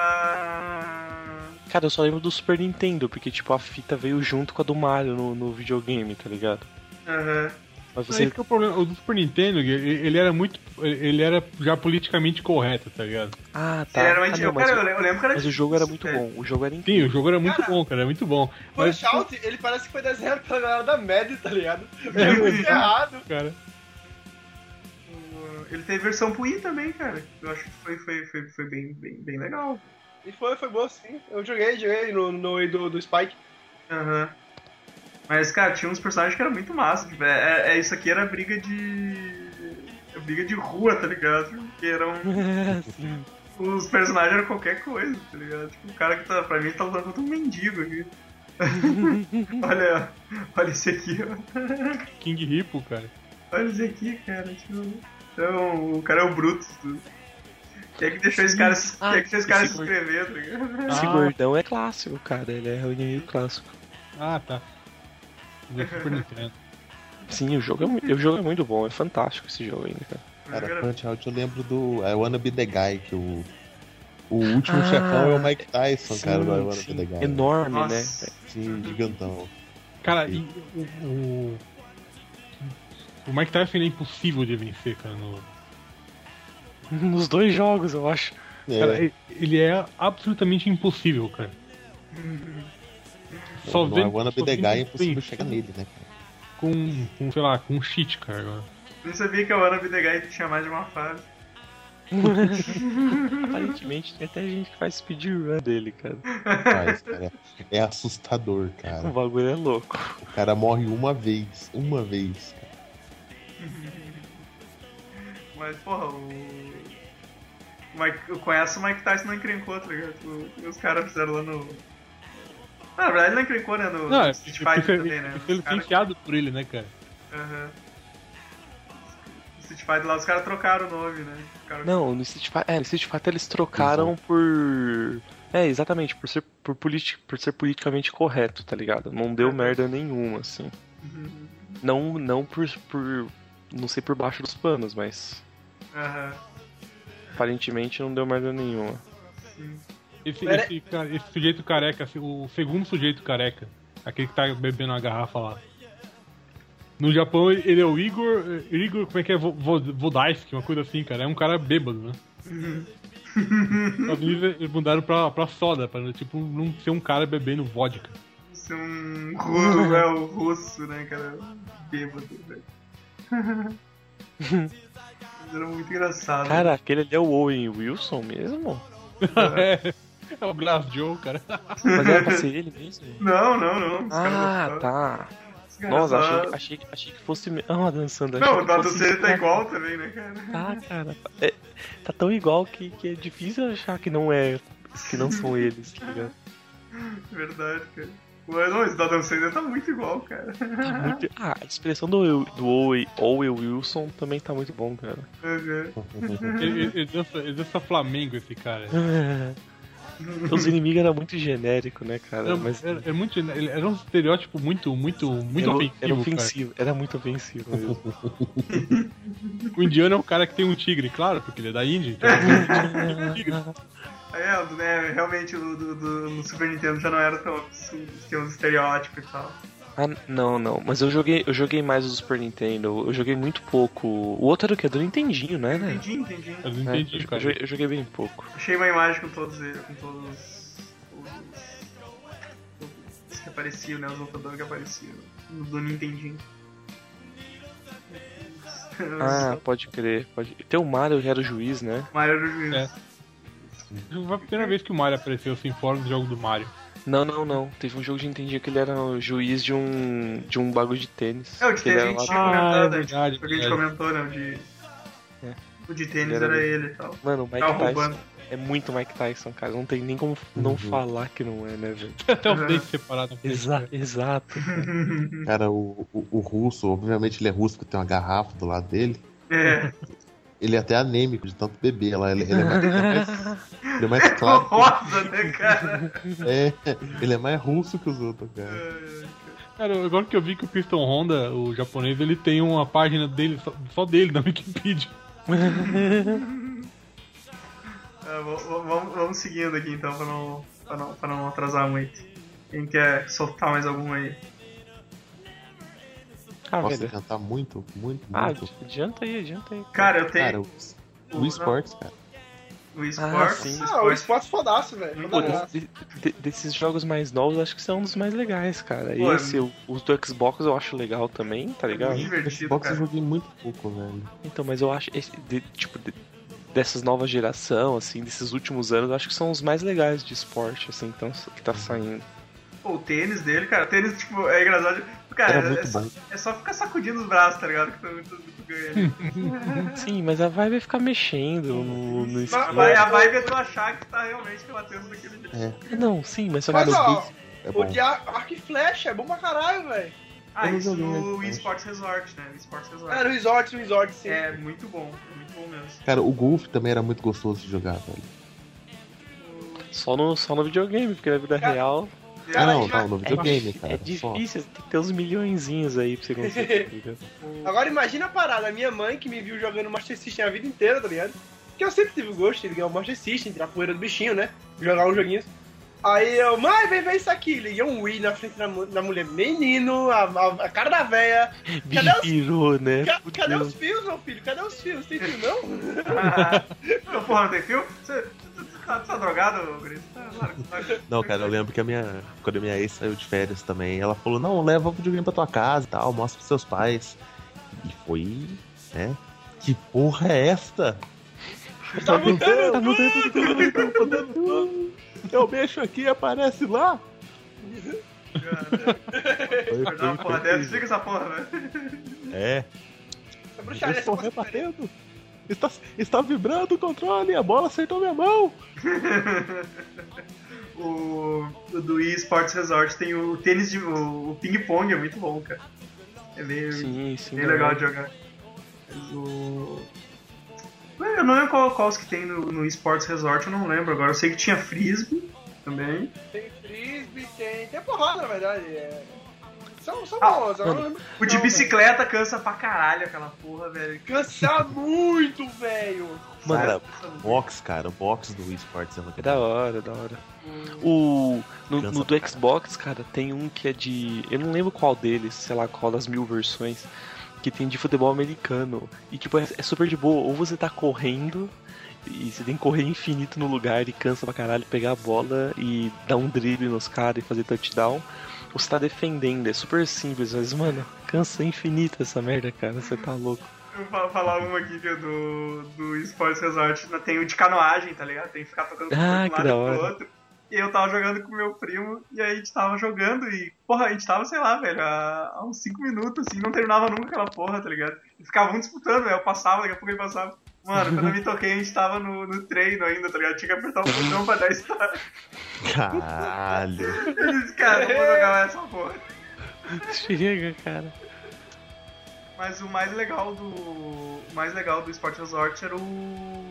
D: Cara, eu só lembro do Super Nintendo, porque, tipo, a fita veio junto com a do Mario no, no videogame, tá ligado?
B: Aham.
D: Mas
G: Mas Esse
D: você.
G: que é o problema. O do Super Nintendo, ele ele era muito. Ele era já politicamente correto, tá ligado?
D: Ah, tá.
B: Ele era um
D: ah,
B: anti-
D: não, mas,
B: cara, eu
D: o-
B: É. lembro- eu lembro que era
D: mas o jogo era muito
B: difícil,
D: bom. O jogo <laughs> era incrível.
G: Sim, o jogo era muito
C: Cara,
G: bom, cara. Era muito bom. Mas,
C: Punch Out, um ele parece que foi desenhado pela galera da Mad, tá ligado?
G: É,
C: É muito errado.
G: cara.
B: O- <laughs> Ele teve versão pro Wii também, cara. Eu acho que foi, foi, foi, foi bem, bem, bem legal.
C: E foi, foi bom sim. Eu joguei, joguei no, no Wii do, do Spike.
B: Aham. Mas, cara, tinha uns personagens que eram muito massa. Tipo, é, é- é- isso aqui era briga de. é briga de rua, tá ligado? Porque eram.
D: Sim.
B: Os personagens eram um qualquer coisa, tá ligado? Tipo, o cara que tá. Pra mim, tá lutando contra um mendigo
G: <laughs>
B: aqui. olha, olha esse aqui, ó.
G: King Hippo, cara.
B: Olha esse aqui, cara. Tipo. Então, o cara é o bruto. tudo. Quem é que deixou esse cara se, quem é que deixou esse cara
D: Ah, esse
B: se inscrever, tá ligado?
D: Esse
G: Ah.
D: gordão é clássico, cara. Ele é o inimigo clássico.
G: Ah, tá.
B: <laughs>
G: Do Super Nintendo.
D: Sim, o jogo, é, mu- o jogo é muito bom. É fantástico esse jogo ainda, cara.
F: Cara,
B: Era-
F: Punch Out eu lembro do é, I Wanna Be The Guy, que o, o último
D: Ah,
F: chefão é o é Mike Tyson, cara, do I Wanna
D: sim.
F: Be The
G: é
F: Guy. né?
D: Enorme,
B: Nossa.
D: né?
F: Sim, gigantão.
G: Cara, e o. o... O Mike Tyson ele é impossível de vencer, cara. No...
D: <laughs> Nos dois jogos, eu acho.
F: É,
G: Cara, ele- ele é absolutamente impossível, cara. Só
F: no I
G: vendo-
F: Wanna Be
G: só um
F: The
G: vendo
F: Guy é impossível
G: tem-
F: chegar nele, né, cara?
G: com, com, sei lá, com um cheat, cara. agora.
B: Não sabia que a Wanna Be The Guy tinha mais de uma fase.
D: Aparentemente tem até gente que faz speedrun dele, cara.
F: Mas, cara, é assustador,
D: O
F: cara.
D: bagulho é louco.
F: O cara morre uma vez, uma vez. cara.
B: Mas, porra, o. o Mike, eu conheço o Mike Tyson não encrencou, tá ligado? Tipo, os caras fizeram lá no. Ah, na verdade, ele não encrencou, né? No
G: Não,
B: no
G: é,
B: Street Fighter
G: foi-
B: também, né?
G: foi
B: Os caras-
G: licenciado por ele, né, cara?
B: Aham. No Street Fighter lá, os caras trocaram o nome, né? Ficaram-
D: Não, no Street Fighter, é, no Street Fighter eles trocaram por. É, exatamente, por ser, por, politi... por ser politicamente correto, tá ligado? Não deu merda nenhuma, assim.
B: Uhum.
D: Não, não por, por. Não sei por baixo dos panos, mas
B: Aham.
D: aparentemente não deu merda nenhuma.
B: Sim.
G: Esse,
C: Pera-
G: esse ca- esse sujeito careca, assim, o segundo sujeito careca, aquele que tá bebendo a garrafa lá. No Japão ele ele é o Igor. eh, Igor, como é que é? Vo- Vo- Vodaisky, uma coisa assim, cara. É um cara bêbado, né?
D: Uhum.
G: Nos Estados Unidos, eles mudaram pra, pra soda, pra tipo, não ser um cara bebendo vodka.
B: Isso é
D: <laughs>
B: um ru- é o russo, né, cara? Bêbado,
D: <laughs>
B: velho. Mas Era muito engraçado.
D: Cara, aquele ali é o Owen Wilson mesmo? Uhum.
G: é, <laughs> é o Glass Joe, cara.
D: Mas era
B: <laughs>
D: pra ser ele mesmo?
B: Não, não, não. Os caras
D: Ah,
B: não-
D: tá.
B: os caras
D: Nossa,
B: só-
D: achei, achei, achei que fosse. me- Ah, dançando. achei
B: Não,
D: que
B: o Dado
D: fosse-
B: C tá igual também, né, cara? <laughs>
D: Tá, cara. É, tá tão igual que, que é difícil achar que não é. Que não são eles, tá ligado?
B: Verdade, cara. Mas não, esse Cidadão Sandler tá muito igual, cara.
D: Tá
B: <laughs>
D: muito- Ah, a expressão do, do Owe- Owe Wilson também tá muito bom, cara. <laughs>
B: Uhum.
G: <laughs> Ele, ele- ele dança, ele dança Flamengo, esse cara.
D: Os inimigos eram muito genérico, né, cara?
G: Era,
D: Mas
G: era- é muito, ele era um estereótipo muito, muito, muito
D: era,
G: ofensivo.
D: era ofensivo, era
G: cara.
D: muito ofensivo mesmo.
G: O indiano é um cara que tem um tigre, claro, porque ele é da Índia. então-
B: <laughs> É, do- né, realmente o do, do- no Super Nintendo já não era tão absurdo, tinha uns estereótipos e tal.
D: ah, não, não. Mas eu joguei, eu joguei mais o Super Nintendo. Eu joguei muito pouco. O outro era o quê? Do Nintendinho, né? né?
B: Entendi, entendi.
G: Eu não
D: É,
G: entendi,
D: eu,
G: cara.
D: joguei, eu joguei bem pouco.
B: Achei uma imagem com todos eles, com todos os, os- os que apareciam, né? Os lutadores que apareciam no- do Nintendinho.
D: Ah, pode crer. Pode... Tem o Mario que era o juiz, né?
B: Mario era o juiz.
G: É. Foi a primeira vez que o Mario apareceu assim, fora do jogo do Mario.
D: Não, não, não. Teve um jogo de Nintendinho que ele era o juiz de um de um bagulho de tênis.
B: É, o de
D: Que ele
B: tênis a gente
D: era
B: tinha
D: lá-
G: Ah,
B: comentado,
G: é
B: né?
G: verdade,
B: Tipo, a gente
G: verdade.
B: comentou, né? O de,
D: É.
B: o de tênis
D: Ele era
B: era,
D: bem-
B: ele e tal.
D: tipo, Mano, o Mike
B: Tava
D: Tyson
B: Tá roubando.
D: é muito Mike Tyson, cara. Não tem nem como
G: Uhum.
D: não falar que não é, né, velho?
G: Até os
B: Uhum.
G: dentes separados.
D: Exato. Exato.
F: Cara, o, o, o russo, obviamente ele é russo porque tem uma garrafa do lado dele.
B: É. <laughs>
F: Ele é até anêmico de tanto beber. Lá. Ele, ele é mais, ele é mais- ele é mais
B: <laughs>
F: claro.
B: Rosa, né, cara?
F: É, ele é mais russo que os outros, cara.
G: Cara, agora que eu vi que o Piston Honda, o japonês, ele tem uma página dele, só, só dele, na <laughs> Wikipedia.
B: Ah, v- v- vamos, vamos seguindo aqui então pra não, pra não, pra não atrasar muito. Quem quer soltar mais algum aí?
D: Ah,
F: Posso
D: velho.
F: cantar muito, muito,
D: Ah,
F: muito.
D: adianta aí, adianta aí.
B: Cara, eu tenho
F: cara, o, o esportes, cara.
B: O é esportes.
D: sim.
C: Ah, o esporte fodaço, velho.
D: Pô,
C: Fodaço.
D: desse- de- desses jogos mais novos, acho que são um dos mais legais, cara. E
B: Pô, é-
D: esse, o- os do Xbox eu acho legal também, tá
B: É
D: ligado?
B: muito divertido,
F: Xbox eu
B: cara.
F: joguei muito pouco, velho.
D: Então, mas eu acho, esse, de- tipo, de- dessas novas geração, assim, desses últimos anos, eu acho que são os mais legais de esporte, assim, então, que tá saindo.
B: Pô, o tênis dele, cara. O tênis, tipo, é engraçado. Cara,
F: Era
B: é, é
F: muito
B: só,
F: bom.
B: é só ficar sacudindo os braços, tá ligado? Que foi muito, muito ganho ali.
D: Sim, mas a vibe é ficar mexendo no, no
B: Mas,
D: esquema.
B: mas a vibe é tu achar que tá realmente batendo naquele jeito.
D: Não, sim, mas só
C: Mas,
D: que
C: ó,
F: É
C: o
F: bom.
C: de ar- arco e flecha é bom pra caralho, velho.
B: Ah,
F: Eu não
B: isso
F: joguei, né?
B: no Wii Sports Resort, né? Wii Sports
F: Tá.
B: Resort.
C: Cara, o É, resort, o resort, sim.
B: É muito bom, é muito bom mesmo.
F: Cara, o golfe também era muito gostoso de jogar, velho.
D: só no, só no videogame, porque na vida
C: Cara,
D: real
F: Ah,
B: <laughs>
C: Cara,
F: não,
C: já-
F: não, no videogame, cara.
D: é
F: só.
D: difícil, tem que ter uns milhõezinhos aí pra você conseguir. tá ligado?
C: Agora imagina a parada, a minha mãe que me viu jogando Master System a vida inteira, tá ligado? Porque eu sempre tive o gosto de ligar o Master System, tirar a poeira do bichinho, né? Jogar uns joguinhos. Aí eu, mãe, vem ver isso aqui. Liguei um Wii na frente da, mu- da mulher. Menino, a, a- a cara da véia. os-
D: Virou,
B: É
D: né?
C: Ca-
D: Fudeu.
C: cadê os fios, meu filho? Cadê os fios? Tem fio não?
B: Não, porra, não tem fio? Você você tá, tá drogado, Gris? Tá, claro, claro.
F: Não, cara, eu lembro que a minha. Quando a minha ex saiu de férias também, ela falou: não, leva o videogame pra tua casa e tal, mostra pros seus pais. E foi. né? Que porra é esta?
C: Tá mudando.
D: Tá mudando tudo.
F: tá Eu mexo aqui e aparece lá? Foi,
B: Acordar uma porra dessa,
F: incrível.
B: fica essa porra, né? velho.
F: é,
C: Essa bruxaria,
F: eu
C: essa
F: estou
B: tá
C: coisa-
F: rebatendo. Está, está vibrando o controle, a bola acertou minha mão.
B: O, o do Wii Sports Resort tem o tênis de. o, o ping-pong, é muito bom, cara. É bem,
D: Sim, sim.
B: bem
D: né?
B: legal de jogar. Mas o. Eu não lembro qual, qual os que tem no, no Sports Resort, eu não lembro agora. Eu sei que tinha frisbee também.
C: Tem frisbee, tem... Tem porrada, na verdade. é. São, são
B: Ah,
C: bons, eu não lembro.
B: O de
C: Não,
B: bicicleta cansa pra caralho aquela porra, velho.
C: Cansa muito, velho.
D: Mano,
F: Cara, box, cara, box do esportes é muito
D: É da hora, é da hora. O. No, no do Xbox, cara, tem um que é de. Eu não lembro qual deles, sei lá, qual das mil versões. Que tem de futebol americano. E tipo, é, é super de boa. Ou você tá correndo. E você tem que correr infinito no lugar e cansa pra caralho, pegar a bola e dar um drible nos caras e fazer touchdown. Ou você tá defendendo, é super simples, mas mano, cansa infinito essa merda, cara, você tá louco.
B: Eu vou falar uma aqui que é do, do Sports Resort. Tem o de canoagem, tá ligado? Tem que ficar tocando
D: Ah,
B: pro
D: que da hora.
B: outro. E eu tava jogando com meu primo, e aí a gente tava jogando, e, porra, a gente tava, sei lá, velho, há, há uns 5 minutos, assim, não terminava nunca aquela porra, tá ligado? E ficava um disputando, aí eu passava, daqui a pouco ele passava. Mano, quando eu me toquei, a gente tava no, no treino ainda, tá ligado? Tinha que apertar o botão pra dar start.
F: Caralho.
B: Eu disse, cara, não vou jogar mais essa porra.
D: Chega, cara.
B: Mas o mais legal do. O mais legal do Sport Resort era o.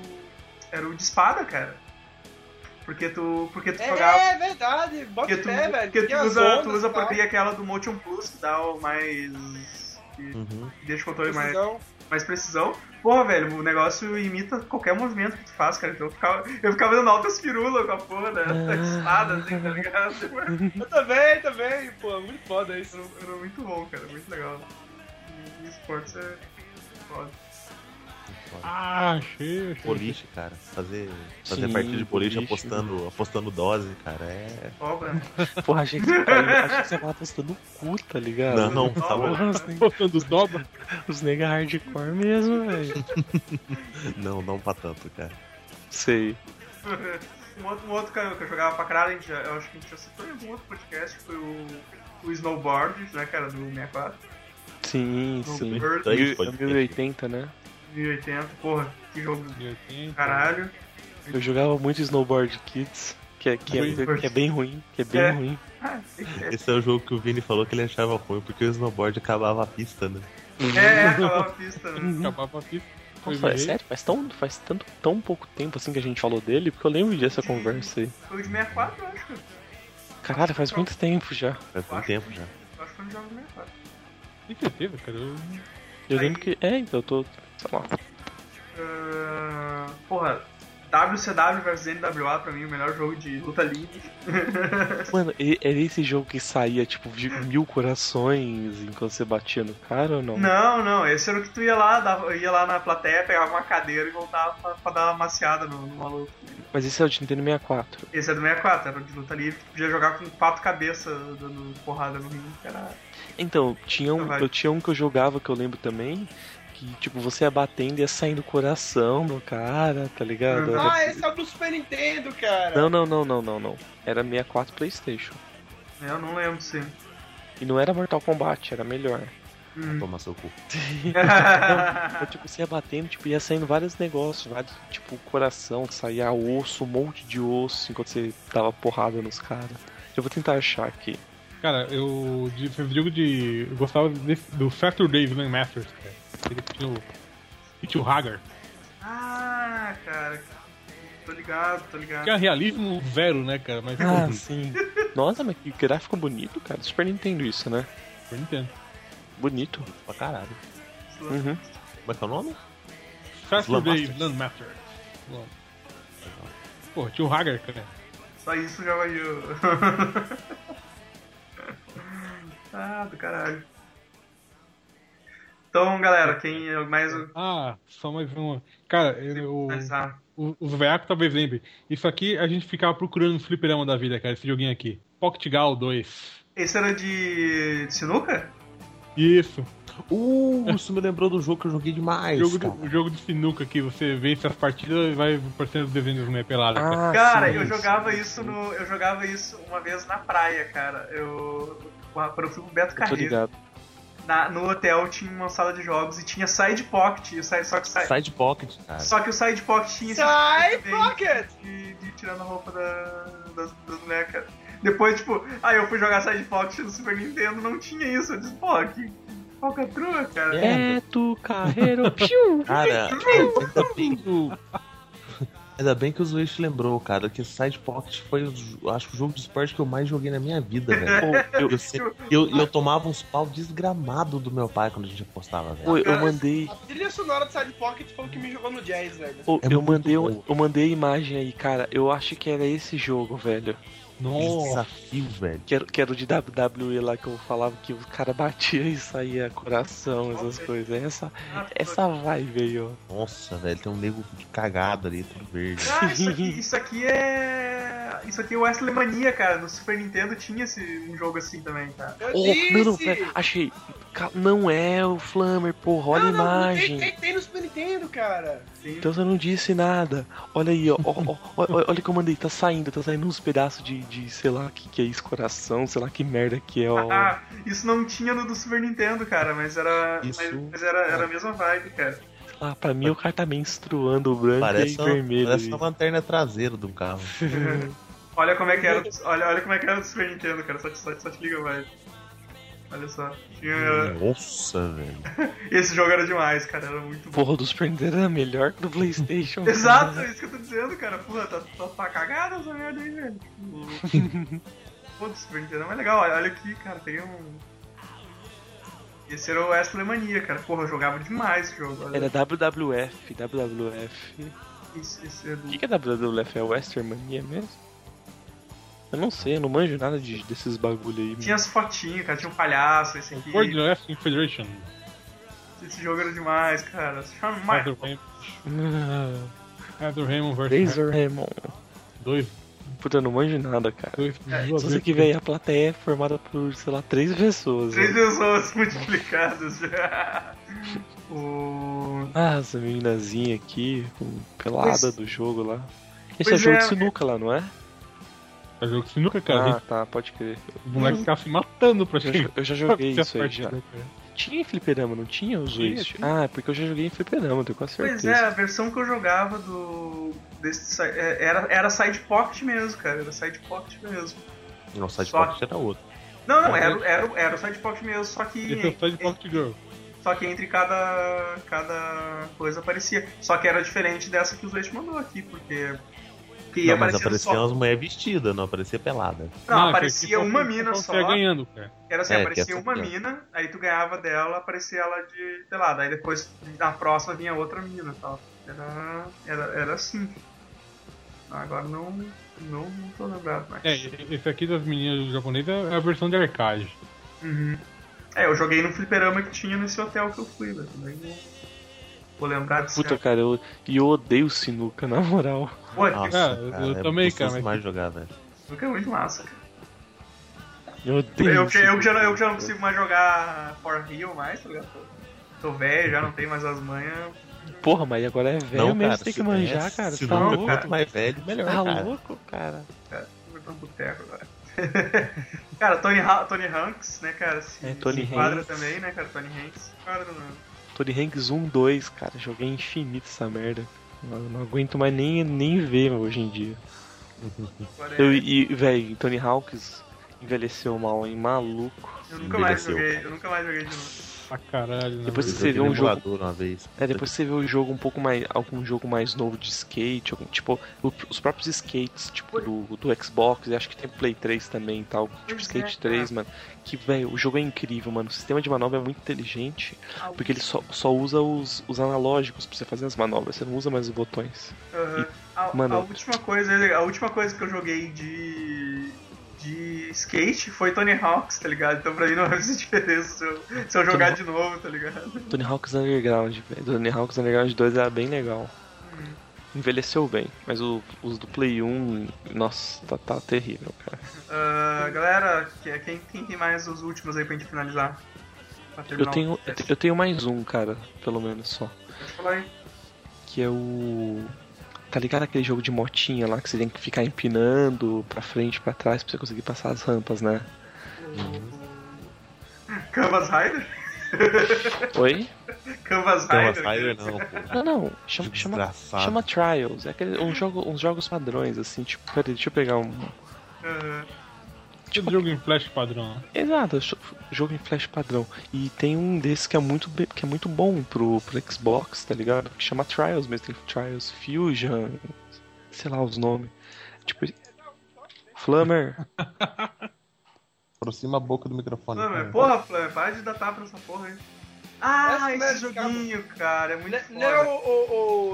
B: Era o de espada, cara. Porque tu. Porque tu
C: É,
B: jogava.
C: é verdade, bota
B: Porque tu,
C: pé, velho.
B: porque tu
C: tem as
B: usa, tu
C: ondas
B: usa a
C: e tal,
B: porcaria aquela do Motion Plus, que dá o mais. que
F: Uhum.
B: deixa o controle mais,
C: precisão.
B: mais precisão. Porra, velho, o negócio imita qualquer movimento que tu faz, cara. Então eu ficava, eu ficava dando altas firulas com a porra da,
F: Ah.
B: da espada, assim, tá ligado?
C: Eu também, também, pô, é muito foda isso.
B: Era, era muito bom, cara, muito legal. E, e esportes é foda.
G: Ah, achei, achei.
F: Boliche, cara. Fazer, fazer
D: Sim,
F: partida de boliche,
D: boliche.
F: apostando, apostando dose, cara. É.
B: Obra. né?
D: Porra, achei que você <laughs> tava- achei que você tava postando o cu, tá ligado?
F: Não, não, tá
B: né?
F: bom.
D: Porra, os nega,
G: Botando dobra.
D: os nega hardcore mesmo, velho.
F: Não, não pra tanto, cara.
D: Sei.
B: um, outro, um outro que eu que eu jogava pra caralho, a gente já- eu acho que a gente já citou em algum outro podcast, foi o, o Snowboard, né, cara, do 64.
D: Sim, sim.
B: Snowboard
F: Tá aí.
D: Mil-
F: Pode ser.
D: 1080, né?
B: 1080, porra, que jogo do
G: 80.
B: caralho.
D: Eu jogava muito Snowboard Kids, que é, que é,
B: Snowboard.
D: que é bem ruim, que é bem
B: É.
D: ruim.
B: Ah, sei que é.
F: Esse é o jogo que o Vini falou que ele achava ruim, porque o snowboard acabava a pista, né?
B: É, é, acabava a pista, né?
G: Acabava aqui. Foi
D: Nossa, é
G: ver.
D: sério, faz, tão, faz tanto, tão pouco tempo assim que a gente falou dele, porque eu lembro dessa conversa aí.
B: Foi o de 64, eu acho que. Eu
D: Caralho, faz muito tempo já.
F: Faz um tempo já.
B: acho que foi um jogo de 64.
G: Tem certeza, cara. Eu-
D: Eu
B: Aí-
D: lembro que. É, então eu tô. Sei lá.
B: Ah, porra, WCW vs NWA pra mim, o melhor jogo de luta livre.
D: Mano, e- era esse jogo que saía, tipo, de mil corações enquanto você batia no cara ou não?
B: Não, não, esse era o que tu ia lá, dava- ia lá na plateia, pegava uma cadeira e voltava pra, pra dar uma maciada no, no maluco.
D: Mas esse é o de Nintendo 64.
B: Esse é do 64, era de luta livre, tu podia jogar com quatro cabeças dando porrada no ringue, cara.
D: Então, tinha um,
B: Vai.
D: eu tinha um que eu jogava que eu lembro também. Que, tipo, você ia batendo e ia saindo coração no cara, tá ligado? Era-
C: Ah, esse é o do Super Nintendo, cara.
D: Não, não, não, não, não, não. Era 64 Playstation.
B: É, Eu não lembro se.
D: E não era Mortal Kombat, era melhor.
B: Hum.
F: Toma seu cu.
D: Então, tipo, você ia batendo, tipo, ia saindo vários negócios, vários, tipo, coração, saía osso, um monte de osso enquanto você dava porrada nos caras. Eu vou tentar achar aqui.
G: Cara, eu. De, esse jogo de. Eu gostava desse, do Saturday Slam Masters, cara. Ele tinha o. E tinha o Hagar.
B: <laughs> ah, cara. Tô ligado, tô ligado.
G: Tinha realismo zero, né, cara?
B: <laughs>
G: Mas.
D: Ah, sim. Nossa, mas que gráfico bonito, cara. Super Nintendo isso, né?
G: Super Nintendo.
D: Bonito.
F: Pra caralho.
D: Uhum.
F: Como é que é o nome?
G: Saturday
F: Masters.
G: Slam Masters. Bom. Pô, tinha o Hagar, cara.
B: Só isso já valeu. <laughs> ah, do caralho. Então, galera, quem é mais.
G: Ah, só mais uma. Cara, eu.
B: Ah,
G: O- Os veiacos talvez lembrem. Isso aqui a gente ficava procurando no fliperama da vida, cara, esse joguinho aqui. Pocket Gal 2.
B: Esse era de, de sinuca?
G: Isso.
F: Uh, isso me lembrou do jogo que eu joguei
D: É
F: demais.
G: jogo,
F: cara.
G: de, jogo de sinuca que você vence as partidas e vai aparecendo os desenhos meio pelada. cara.
D: Ah,
B: Cara,
D: sim,
B: eu
D: sim,
B: jogava
D: sim.
B: isso no. Eu jogava isso uma vez na praia, cara. Eu. Quando eu fui com o Beto
D: Eu tô
B: Carreiro.
D: ligado.
B: na- no hotel tinha uma sala de jogos e tinha side pocket. e o side- só, que o side,
F: Side Pocket, Tá cara.
B: só que o side pocket tinha esse
C: Sai,
B: Sim.
C: Pocket!
B: de, de tirando a roupa da, das, das mulheres, cara. Depois, tipo, aí eu fui jogar Side Fox no Super Nintendo, não tinha isso. Eu disse, pô, que falcatrua, cara.
D: É tu, carreiro. Piu!
F: Cara, é, ainda bem,
G: O-
F: ainda bem que o Zuish lembrou, cara, que Side Pocket foi, o jo- acho que o jogo de esporte que eu mais joguei na minha vida, velho.
D: Pô, eu,
F: Eu, se- eu, eu tomava uns pau desgramado do meu pai quando a gente apostava, velho.
D: pô, eu mandei.
C: A trilha sonora do Side Pocket foi o que me jogou no jazz, velho.
D: pô,
F: É
D: eu,
F: muito
D: mandei um,
F: bom.
D: eu mandei a imagem aí, cara. Eu acho que era esse jogo, velho.
F: Aquele
G: Nossa.
F: desafio, velho.
D: Que era, que era o de WWE lá que eu falava que o cara batia e saía coração, essas coisas. É Essa,
B: Ah,
D: essa vibe aí, ó.
F: Nossa, velho, tem um nego cagado ali, tudo verde.
B: Ah, isso aqui, isso aqui é. Isso aqui é Wesley Mania, cara. No Super Nintendo tinha esse, um jogo assim também, cara.
C: Eu
D: Oh,
C: disse!
D: não, não, pera, achei. Ca- Não é o Flammer, porra, olha
C: Ah, Não,
D: a
C: não, não,
D: imagem.
C: Tem, tem, tem no Super Nintendo, cara.
B: Sim.
D: Então você não disse nada. Olha aí, ó. ó, ó, ó, ó, olha que eu mandei, tá saindo, tá saindo uns pedaços de, de sei lá, que, que é isso, coração, sei lá que merda que é, ó.
B: Ah, isso não tinha no do Super Nintendo, cara, mas era.
F: Isso.
B: Mas, mas era, era a mesma vibe, cara.
D: lá, pra mim o cara tá menstruando o branco
F: Parece,
D: e o
F: uma,
D: vermelho.
F: parece
D: ali.
F: uma lanterna traseira do carro.
B: Olha como é que era, olha, olha como é que era do Super Nintendo, cara. Só te, só, só te liga, vai. Olha só.
F: Hum.
B: Tinha-
F: Nossa, velho.
B: Esse jogo era demais, cara. Era muito bom.
D: Porra, do Super Nintendo era melhor que
B: <laughs>
D: do Playstation. cara.
B: Exato, é isso que eu tô dizendo, cara. Porra, tá, tá, tá cagada essa merda aí, velho. Pô, do Super Nintendo é mais legal. Olha, olha aqui, cara. Peguei um. Esse era o Wesley Mania, cara. Porra, eu jogava demais esse jogo. Olha,
D: Era WWF, WWF.
B: esse, esse é do...
D: O que, que é WWF? É Western Mania mesmo? Eu não sei, eu não manjo nada de- desses bagulho aí.
B: Tinha as fotinhas, cara. Tinha um palhaço, esse aqui.
G: World Wrestling Federation.
B: Esse jogo era demais, cara. Se chama
G: Arthur
B: Michael.
G: Ham-
D: mano. <laughs>
G: Arthur Raymond
D: Ah,
G: versus
D: Razor Ramon.
G: dois.
D: Puta, eu não manjo nada, cara.
G: dois duas
D: Só sei
G: vezes.
D: que, velho, a plateia é formada por, sei lá, três pessoas. né?
B: Três
D: velho.
B: pessoas multiplicadas já. <laughs> o...
D: Ah, essa meninazinha aqui, com- pelada
B: Pois-
D: do jogo lá. Esse
B: Pois
D: é jogo
B: é.
D: de sinuca lá, não é?
G: É jogo de sinuca, cara.
D: ah, tá, pode crer.
G: O moleque ficava se matando pra
D: Eu,
G: chegar.
D: já- eu já <laughs>
G: <laughs>
D: joguei
G: pra
D: isso aí já.
G: partida, cara.
D: Tinha em fliperama, não tinha os
G: Tinha,
D: Waste? Ah, é porque eu já joguei em fliperama, tô com a certeza.
B: Pois é, a versão que eu jogava do. Desse, si- é, era, era side pocket mesmo, cara. Era side pocket mesmo.
F: Nossa, de
B: Só-
F: fato era outro.
B: Não, não,
F: Uhum.
B: era, era, era o side pocket mesmo, só que.
F: <laughs>
G: Esse é o Side Pocket Girl.
B: Só que entre cada. cada coisa aparecia. Só que era diferente dessa que o Zuete mandou aqui, porque. Que ia
F: Não, mas
B: aparecendo
F: aparecia
B: só.
F: umas mulheres vestidas, não aparecia pelada.
B: Não,
G: que aqui
B: aparecia
G: só
B: uma
G: você-
B: mina
G: você
B: só.
G: ia ganhando, cara.
B: Era assim,
F: É, que
B: aparecia
F: essa
B: uma
F: aqui, ó.
B: mina, aí tu ganhava dela, aparecia ela de pelada, aí depois na próxima vinha outra mina e tal. Era, era, era assim. Agora não, não, não tô lembrado mais.
G: É, esse aqui das meninas japonesas é a versão de arcade.
B: Uhum. É, eu joguei no fliperama que tinha nesse hotel que eu fui, velho. Também não vou lembrar disso.
D: Puta, cara, eu, e eu odeio sinuca, na moral.
B: Pô,
F: Nossa,
G: Ah, eu-
F: cara,
G: eu
F: é
G: também,
F: gostoso
G: cara, mas-
F: mais jogar, velho.
B: isso que é muito massa, cara.
D: Eu odeio
B: Eu, que- eu, que já, não-
D: sinuca.
B: eu que já não consigo mais jogar For Hill mais, tá ligado? Tô- Tô velho, já não tenho mais as manhas.
D: Porra, mas agora é velho
F: Não,
D: mesmo,
F: cara,
D: você tem que
F: se-
D: manjar,
F: é,
D: cara. Você
F: se
D: tá
F: não,
D: louco?
F: Quanto mais velho,
D: Você
F: melhor,
D: tá
F: cara.
D: louco, cara?
B: Vou botar um boteco agora. <laughs> cara, Tony, Ha- Tony Hanks, né, cara? Se,
D: É, Tony
B: se enquadra
D: Hanks.
B: também, né, cara? Tony Hanks se enquadra no.
D: Tony Hanks 1, 2, cara, joguei infinito essa merda. Eu não aguento mais nem, nem ver hoje em dia.
B: agora é-
D: Eu, e, velho, Tony Hawks envelheceu mal, hein? Maluco.
B: eu nunca mais
F: envelheceu,
B: joguei,
F: cara.
B: eu nunca mais joguei de novo.
G: Pra caralho, né?
D: Depois
F: Eu
D: você
G: velho?
F: joguei
D: vê
F: no
D: um jogo-
F: emulador uma vez.
D: É, depois você vê o jogo um pouco mais. algum jogo mais novo de skate, algum, tipo, o- os próprios skates, tipo, do, do Xbox, e acho que tem Play 3 também e tal. Tipo,
B: Pois
D: Skate
B: é,
D: 3, mano. Que, velho, o jogo é incrível, mano. O sistema de manobra é muito inteligente,
B: Ah,
D: porque ele só, só usa os, os analógicos pra você fazer as manobras, você não usa mais os botões.
B: Aham. A,
D: Mano.
B: a última coisa, é a última coisa que eu joguei de. de skate foi Tony Hawks, tá ligado? Então pra mim não <laughs> vai fazer diferença se eu, se eu jogar de novo, tá ligado?
D: Tony Hawk's Underground, velho. Tony Hawk's Underground 2 era bem legal.
B: Uhum.
D: Envelheceu bem, mas o- os do Play 1, nossa, tá, tá terrível, cara.
B: Ah, galera, que- quem, quem tem mais os últimos aí pra gente finalizar? Pra
D: Eu
B: terminar o
D: tenho, eu te-
B: podcast.
D: eu tenho mais um, cara, pelo menos só.
B: Pode falar aí. <laughs>
D: Que é o. Tá ligado aquele jogo de motinha lá que você tem que ficar empinando pra frente, pra trás, pra você conseguir passar as rampas, né?
B: Canvas Rider?
D: Oi?
B: Canvas
F: Não,
B: Rider?
F: Rider não, pô.
D: Não, não. Chama, chama,
F: Desgraçado.
D: chama Trials. É aquele, um jogo, uns jogos padrões, assim, tipo, peraí, deixa eu pegar um.
B: Aham.
G: Tipo jogo em flash padrão. né?
D: Exato, jo- jogo em flash padrão. E tem um desses que é muito, be- que é muito bom pro, pro Xbox, tá ligado? Que chama Trials mesmo, tem Trials Fusion, sei lá os nomes. Tipo. Flammer.
F: Aproxima a boca do microfone. É.
B: Não, mas
F: cara.
B: porra, Flam, para de datar pra essa porra aí. Ah,
C: Essa
B: esse
C: mesmo,
B: joguinho, cara, é muito
C: Né-
B: foda.
C: Não é o. o,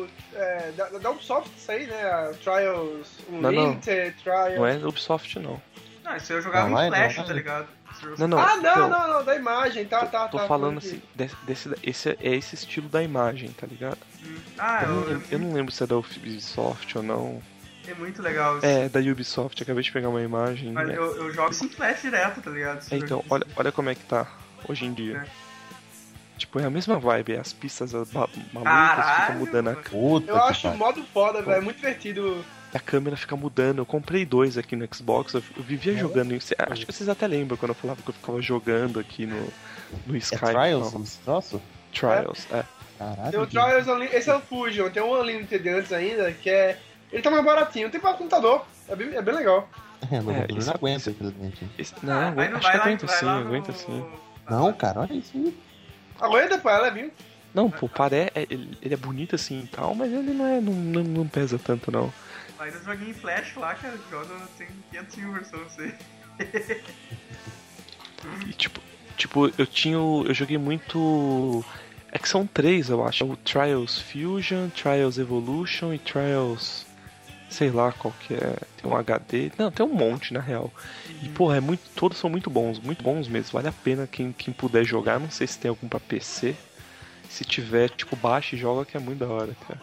C: o é, da, da Ubisoft isso aí, né? A Trials
D: Não, não.
C: Unlimited, Trials.
D: Não é Ubisoft, não.
B: Não, isso aí eu jogava
F: Não,
B: em
F: vai,
B: Flash,
F: não,
B: tá
F: vai.
B: ligado? Esse jogo-
D: Não, não.
C: ah, não,
D: então,
C: não, não, da imagem,
B: Ah,
C: tá, tá,
D: Tô
C: tá.
D: falando
C: aqui.
D: assim, desse, desse, esse é esse estilo da imagem, tá ligado?
B: Hum. Ah,
D: eu, não,
B: eu-
D: lembro- eu não lembro se é da Ubisoft ou não.
B: é muito legal isso.
D: É, da Ubisoft, acabei de pegar uma imagem.
B: Mas
D: né?
B: eu, eu jogo isso em Flash direto, tá ligado? Esse
D: É, então,
B: jogo-
D: olha, olha como é que tá hoje em dia.
B: É.
D: Tipo, é a mesma vibe, é as pistas as ba- malucas ficam
B: Caralho,
D: mudando, a,
B: mano.
F: Puta
C: Eu
F: que
C: acho o
F: pariu.
C: modo foda, velho. É muito divertido.
D: a câmera fica mudando. Eu comprei dois aqui no Xbox, eu, eu
B: É?
D: vivia jogando. em- cê- Acho que vocês até lembram quando eu falava que eu ficava jogando aqui no, no
F: É
D: Skype.
F: Trials
D: não.
F: esse troço?
D: Trials, é.
F: Caralho.
C: Tem o
F: que-
C: Trials Unlimited. Esse é o Fusion, tem um Unlimited antes ainda, que é. Ele tá mais baratinho, tem pra computador. É bem, é bem legal.
F: É, meu
D: É,
F: computador
D: isso-
F: não aguenta, infelizmente.
D: Esse- Não, agu-
B: Ah, Aí não
D: acho que
B: vai lá-
D: aguenta
B: vai
D: sim,
B: lá
D: aguenta
B: no-
D: sim.
F: Não, cara, olha isso.
C: Aguenta, pô, ela é viu.
D: Não, pô, pare... é- ele ele é bonito assim e tal, mas ele não, é, não, não, não pesa tanto, não.
B: Vai no joguinho em Flash lá, cara, joga, tem 500 mil versões aí.
D: E tipo, tipo eu tinha. o- Eu joguei muito. É que são três, eu acho. É O Trials Fusion, Trials Evolution e Trials. Sei lá qual que é. Tem um HD. Não, tem um monte, na real. E, porra, é muito. Todos são muito bons, muito bons mesmo. Vale a pena quem, quem puder jogar. Não sei se tem algum pra PC. Se tiver, tipo, baixa e joga que é muito da hora, cara.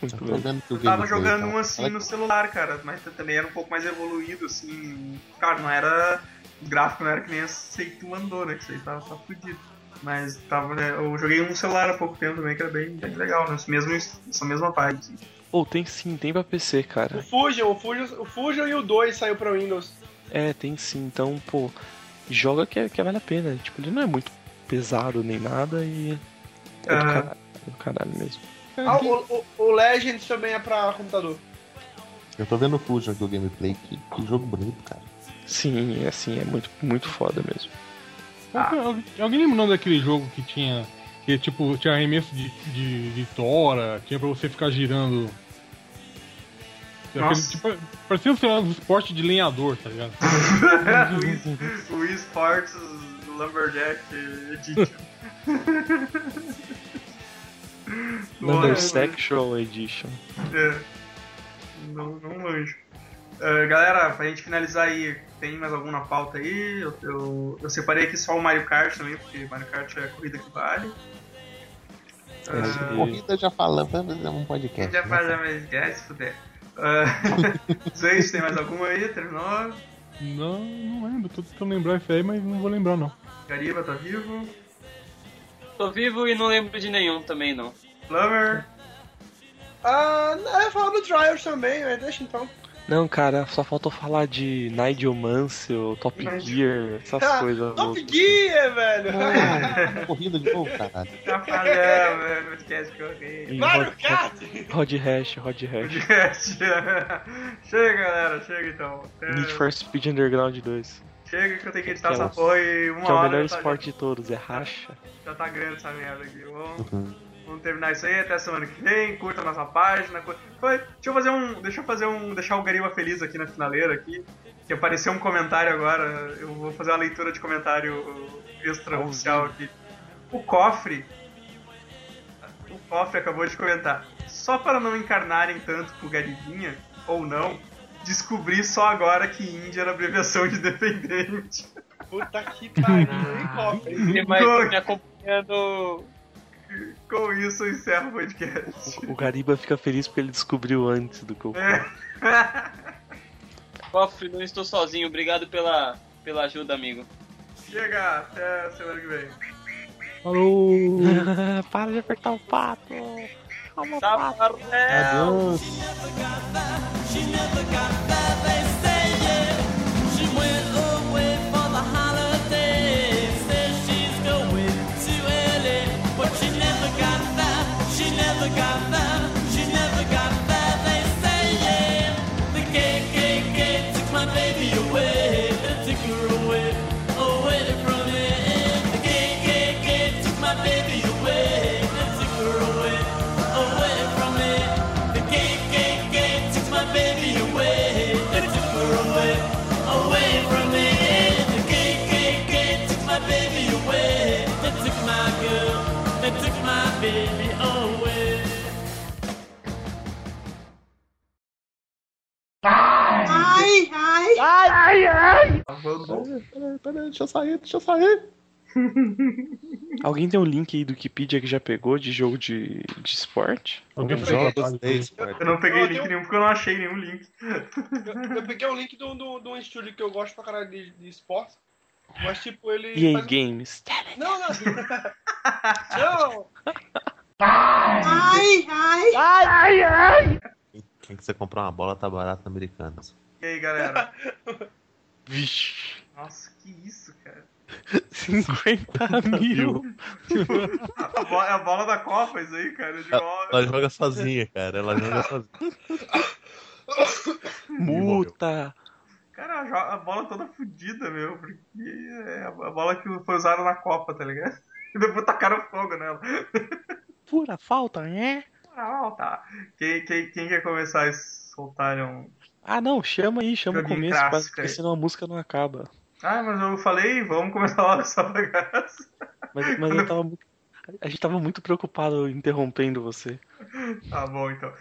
D: Muito legal.
F: Jogando que o
B: Eu tava
F: gameplay,
B: jogando
F: cara.
B: um assim
F: Olha
B: no celular, cara, mas também era um pouco mais evoluído, assim. Cara, não era. O gráfico não era que nem esse que tu mandou, né? Que isso aí tava só fudido. Mas tava, né, eu joguei um celular há pouco tempo também, que era bem, bem legal, né? Mesmo, essa mesma vibe. <laughs> assim.
D: Ou tem sim, tem pra PC, cara.
C: O Fusion, o Fusion, o Fusion e o 2 saiu pra Windows.
D: É, tem sim. Então, pô, joga que, que vale a pena. Tipo, ele não é muito pesado nem nada e. É do
B: Ah.
D: caralho, é do caralho mesmo.
G: É,
C: Ah, o, o, o Legends também é pra computador.
F: Eu tô vendo o Fusion aqui, o gameplay. Que, que jogo bonito, cara.
D: Sim, é assim, é muito, muito foda mesmo.
G: Qual que é- alguém- Alguém lembra o nome daquele jogo que tinha. Que tipo, tinha arremesso de, de, de tora, tinha pra você ficar girando. Aquele,
B: Nossa.
G: tipo, parecia, sei lá, um esporte de lenhador, tá ligado?
B: o Wii Sports, o Lumberjack Edition. <laughs> Olha,
D: Undersexual Edition.
B: É. Não, não manjo. É, galera, pra gente finalizar aí, tem mais algum na pauta aí? Eu, eu, eu separei aqui só o Mario Kart também, porque Mario Kart é a corrida que vale.
D: É isso aí.
F: Corrida já falamos, vamos fazer um
B: Quem
F: podcast.
B: Ah. já
F: né?
B: faz a mais ideia, se fuder. É, <laughs> Zeus, tem mais alguma aí? Terminou?
G: não, não lembro, tô tentando lembrar isso aí, mas não vou lembrar não.
B: Gariba tá vivo?
E: Tô vivo e não lembro de nenhum também, não.
B: Plummer?
C: Ah, não, eu ia falar do Trials também, mas deixa então.
D: Não, cara, só faltou falar de Nigel Mansell, Top
B: Nigel.
D: Gear, essas
C: Ah,
D: coisas.
C: Top
D: loucas.
C: Gear, velho! <laughs>
F: Ah, corrida de novo, caralho.
B: Tá falhando, é, podcast que eu errei. <laughs>
D: E
C: Mario
D: Rod-
C: Kart!
D: Rod Hash, Rod Hash.
B: Podcast. Chega, galera, chega então. Até-
D: Need for Speed Underground 2.
B: Chega que eu tenho que editar
D: Que é
B: essa
D: o-
B: porra e uma
D: Que é o
B: hora
D: melhor
B: já tá-
D: esporte de todos, é racha.
B: Já tá grande essa merda aqui. Vamos,
F: Uhum.
B: vamos terminar isso aí. Até semana que vem. Curta a nossa página. cur- Oi, Deixa eu fazer um. Deixa eu fazer um. Deixar o Gariba feliz aqui na finaleira aqui. Que apareceu um comentário agora. Eu vou fazer uma leitura de comentário extra oficial aqui. O cofre. O cofre acabou de comentar. Só para não encarnarem tanto pro Garibinha, ou não, descobri só agora que Índia era abreviação de <laughs> dependente.
C: Puta que pariu, hein, cofre?
E: Tem mais
B: Dois.
E: me acompanhando.
B: Com isso eu encerro o podcast.
D: O Gariba fica feliz porque ele descobriu antes do que eu.
B: É.
E: Cofre, não estou sozinho. Obrigado pela, pela ajuda, amigo.
B: Chega, até semana que vem.
G: Falou!
D: Para de apertar o pato. Calma,
E: Tá, Parnell!
F: Peraí, deixa eu sair, deixa eu sair.
D: Alguém tem um link aí do Wikipedia que já pegou de jogo de, de esporte?
G: Alguém
F: Eu
G: foi
F: jogo gostei,
B: Eu
F: esporte.
B: não peguei
C: Eu
B: link
C: tenho-
B: nenhum porque eu não achei nenhum link.
C: Eu, eu peguei um link de um, de um- de um estúdio que eu gosto pra caralho de, de esporte. Mas, tipo, ele.
D: EA
C: faz-
D: Games. <laughs>
C: Não, não! <laughs> não!
F: Tem que você comprar uma bola, tá barata americana.
B: E aí, galera?
D: Vixe.
B: Nossa, que isso, cara.
D: 50 mil.
B: A bo- é a bola da Copa, isso aí, cara. De bola.
F: Ela joga sozinha, cara. Ela joga sozinha.
D: Multa.
B: Cara, a, jo- a bola toda fodida, meu. Porque é a a bola que foi usada na Copa, tá ligado? <laughs> E depois tacaram fogo nela.
D: Pura falta, é?
B: Ah, tá. Quem, quem, quem quer começar a soltar um.
D: Ah, não, chama aí, chama o
B: Joguinho
D: começo,
B: clássico
D: quase,
B: aí.
D: porque senão a música não acaba.
B: Ah, mas eu falei, vamos começar logo essa bagaça.
D: Mas, mas eu tava muito. A gente tava muito preocupado interrompendo você.
B: Tá bom, então.